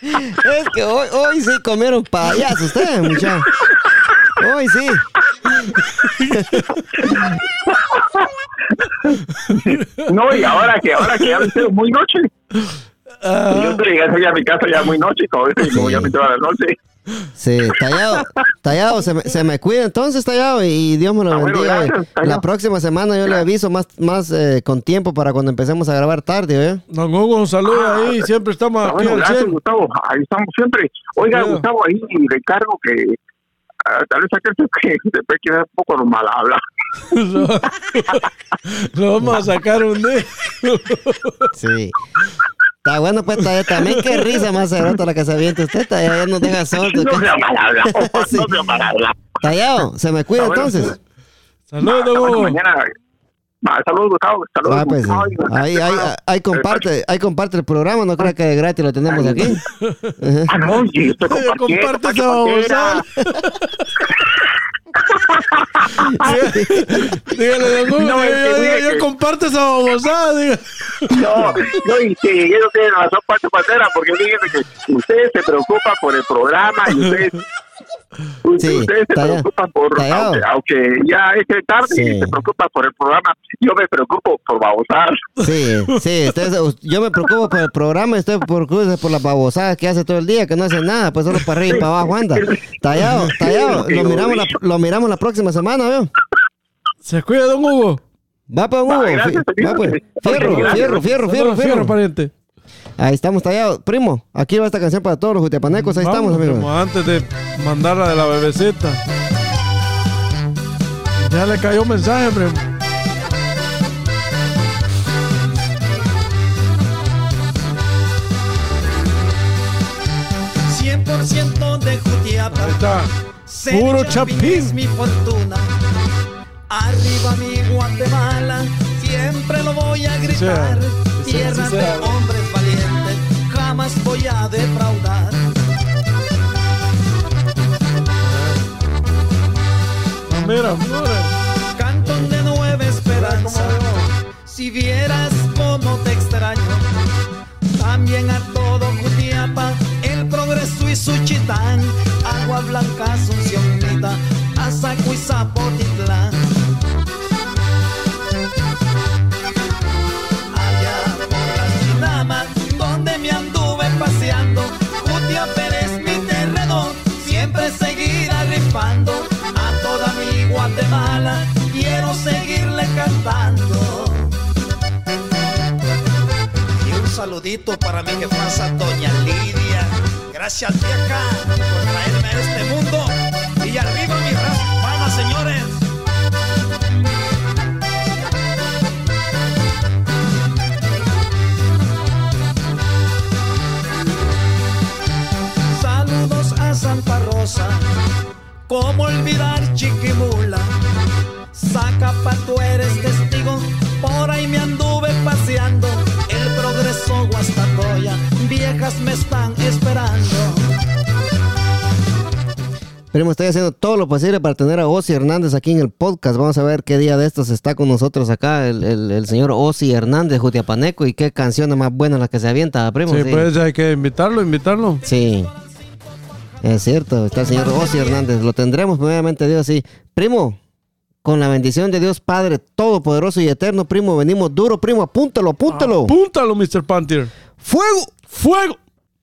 Speaker 2: Es que hoy, hoy sí comieron payaso ustedes, muchachos. Hoy sí.
Speaker 3: No, y ahora que ahora que ya me hicieron muy noche. Y yo te llegué a salir a mi casa ya muy noche y todo eso, y como ya me entró a la noche.
Speaker 2: Sí, tallado, tallado, se me, se me cuida entonces, tallado, y Dios me lo
Speaker 3: Ah, bueno,
Speaker 2: bendiga.
Speaker 3: gracias, Tallao.
Speaker 2: la próxima semana yo le aviso más, más eh, con tiempo para cuando empecemos a grabar tarde, ¿eh?
Speaker 1: Don Hugo, un saludo ahí. Siempre estamos
Speaker 3: Ah,
Speaker 1: aquí
Speaker 3: bueno,
Speaker 1: al
Speaker 3: gracias,
Speaker 1: 100.
Speaker 3: Gustavo. Ahí estamos siempre. Oiga,
Speaker 1: Claro.
Speaker 3: Gustavo, ahí le encargo que ah, tal vez aquel que después queda un poco mal habla.
Speaker 1: Lo, lo vamos a sacar un día.
Speaker 2: Sí. Está bueno, pues, Tallao, también qué risa más cerota la que se avienta usted, Tallao, ya nos deja sordos.
Speaker 3: No sea mal habla.
Speaker 2: Sí.
Speaker 3: No sea mal habla.
Speaker 2: Tallado, se me cuida
Speaker 3: Ah, bueno,
Speaker 2: entonces.
Speaker 3: sí.
Speaker 1: Saludos,
Speaker 3: Hasta
Speaker 1: don Hugo.
Speaker 3: mañana. Ah, saludos, Gustavo. Saludos,
Speaker 2: Ah, pues,
Speaker 3: Gustavo.
Speaker 2: ahí, ahí, ahí comparte, ahí comparte el programa, no creo que gratis lo tenemos aquí.
Speaker 3: Ah, no,
Speaker 2: Eh,
Speaker 3: y usted
Speaker 1: Oye,
Speaker 3: compartió,
Speaker 1: comparte
Speaker 3: Pacho
Speaker 1: esa babosada.
Speaker 3: Pantera.
Speaker 1: Dígale, don Hugo,
Speaker 3: No,
Speaker 1: yo,
Speaker 3: es que
Speaker 1: yo-
Speaker 3: mire
Speaker 1: yo
Speaker 3: que-
Speaker 1: comparto esa babosada. diga.
Speaker 3: No, no, y sí, yo tiene razón Pacho Pantera, porque fíjese que ustedes se preocupan por el programa y ustedes,
Speaker 2: Sí,
Speaker 3: ustedes se
Speaker 2: está bien.
Speaker 3: preocupan por,
Speaker 2: Está bien.
Speaker 3: aunque, aunque ya es tarde,
Speaker 2: Sí.
Speaker 3: se preocupan por el programa, yo me preocupo por babosar.
Speaker 2: Sí, sí, usted- yo me preocupo por el programa, estoy preocupo por las babosadas que hace todo el día, que no hace nada, pues solo para arriba y para abajo anda. Tallado, tallado, lo miramos la, lo miramos la próxima semana, ¿veo?
Speaker 1: Se cuida, don Hugo.
Speaker 2: Va para Hugo,
Speaker 3: Va, Ah, gracias,
Speaker 2: fi- va, pues.
Speaker 3: señor.
Speaker 2: fierro, fierro,
Speaker 3: Gracias.
Speaker 2: fierro, fierro,
Speaker 1: Saludos, fierro,
Speaker 2: fierro.
Speaker 1: pariente.
Speaker 2: Ahí estamos tallados, primo, aquí va esta canción para todos los jutiapanecos, Pues ahí
Speaker 1: Vamos,
Speaker 2: estamos, amigos.
Speaker 1: primo, Antes de mandarla de la bebecita. Ya le cayó un mensaje, primo.
Speaker 4: ciento de Jutiapa.
Speaker 1: Ahí está.
Speaker 4: Ser
Speaker 1: Puro chapín.
Speaker 4: es mi fortuna. Arriba mi Guatemala, siempre lo voy a gritar.
Speaker 1: Sí, sí,
Speaker 4: Tierra
Speaker 1: sí, sí.
Speaker 4: de hombres valientes, jamás voy a defraudar.
Speaker 1: Ah, Mira, mira.
Speaker 4: Cantón de nueva esperanza. Si vieras cómo te extraño. También a todo Jutiapa, el progreso y su chitán. Agua blanca, Asunciónita, Azacu y Zapotitlán. Allá por las Chinamas, donde me anduve paseando. Jutiapa es mi terreno, siempre seguirá rifando. A toda mi Guatemala, quiero seguirle cantando. Y un saludito para mi jefaza Doña Lidia. Gracias vieja por traerme a este mundo. Y arriba mi raza hispana, señores. Saludos a Santa Rosa. ¿Cómo olvidar Chiquimula? Zacapa, tú eres testigo, por ahí me anduve paseando. El progreso Guastatoya, viejas me están esperando.
Speaker 2: Primo, estoy haciendo todo lo posible para tener a Ozzy Hernández aquí en el podcast. Vamos a ver qué día de estos está con nosotros acá el, el- el señor Ozzy Hernández, Jutiapaneco, y qué canciones más buenas las que se avienta, primo.
Speaker 1: Sí,
Speaker 2: sí.
Speaker 1: pues hay que invitarlo, invitarlo.
Speaker 2: Sí. Es cierto, está el señor Ozzy Hernández. Lo tendremos nuevamente, Dios, sí. Primo, con la bendición de Dios Padre Todopoderoso y Eterno, primo, venimos duro, primo, apúntalo, apúntalo.
Speaker 1: Apúntalo, Mr. Panther.
Speaker 2: Oh. ¡Fuego!
Speaker 1: ¡Fuego!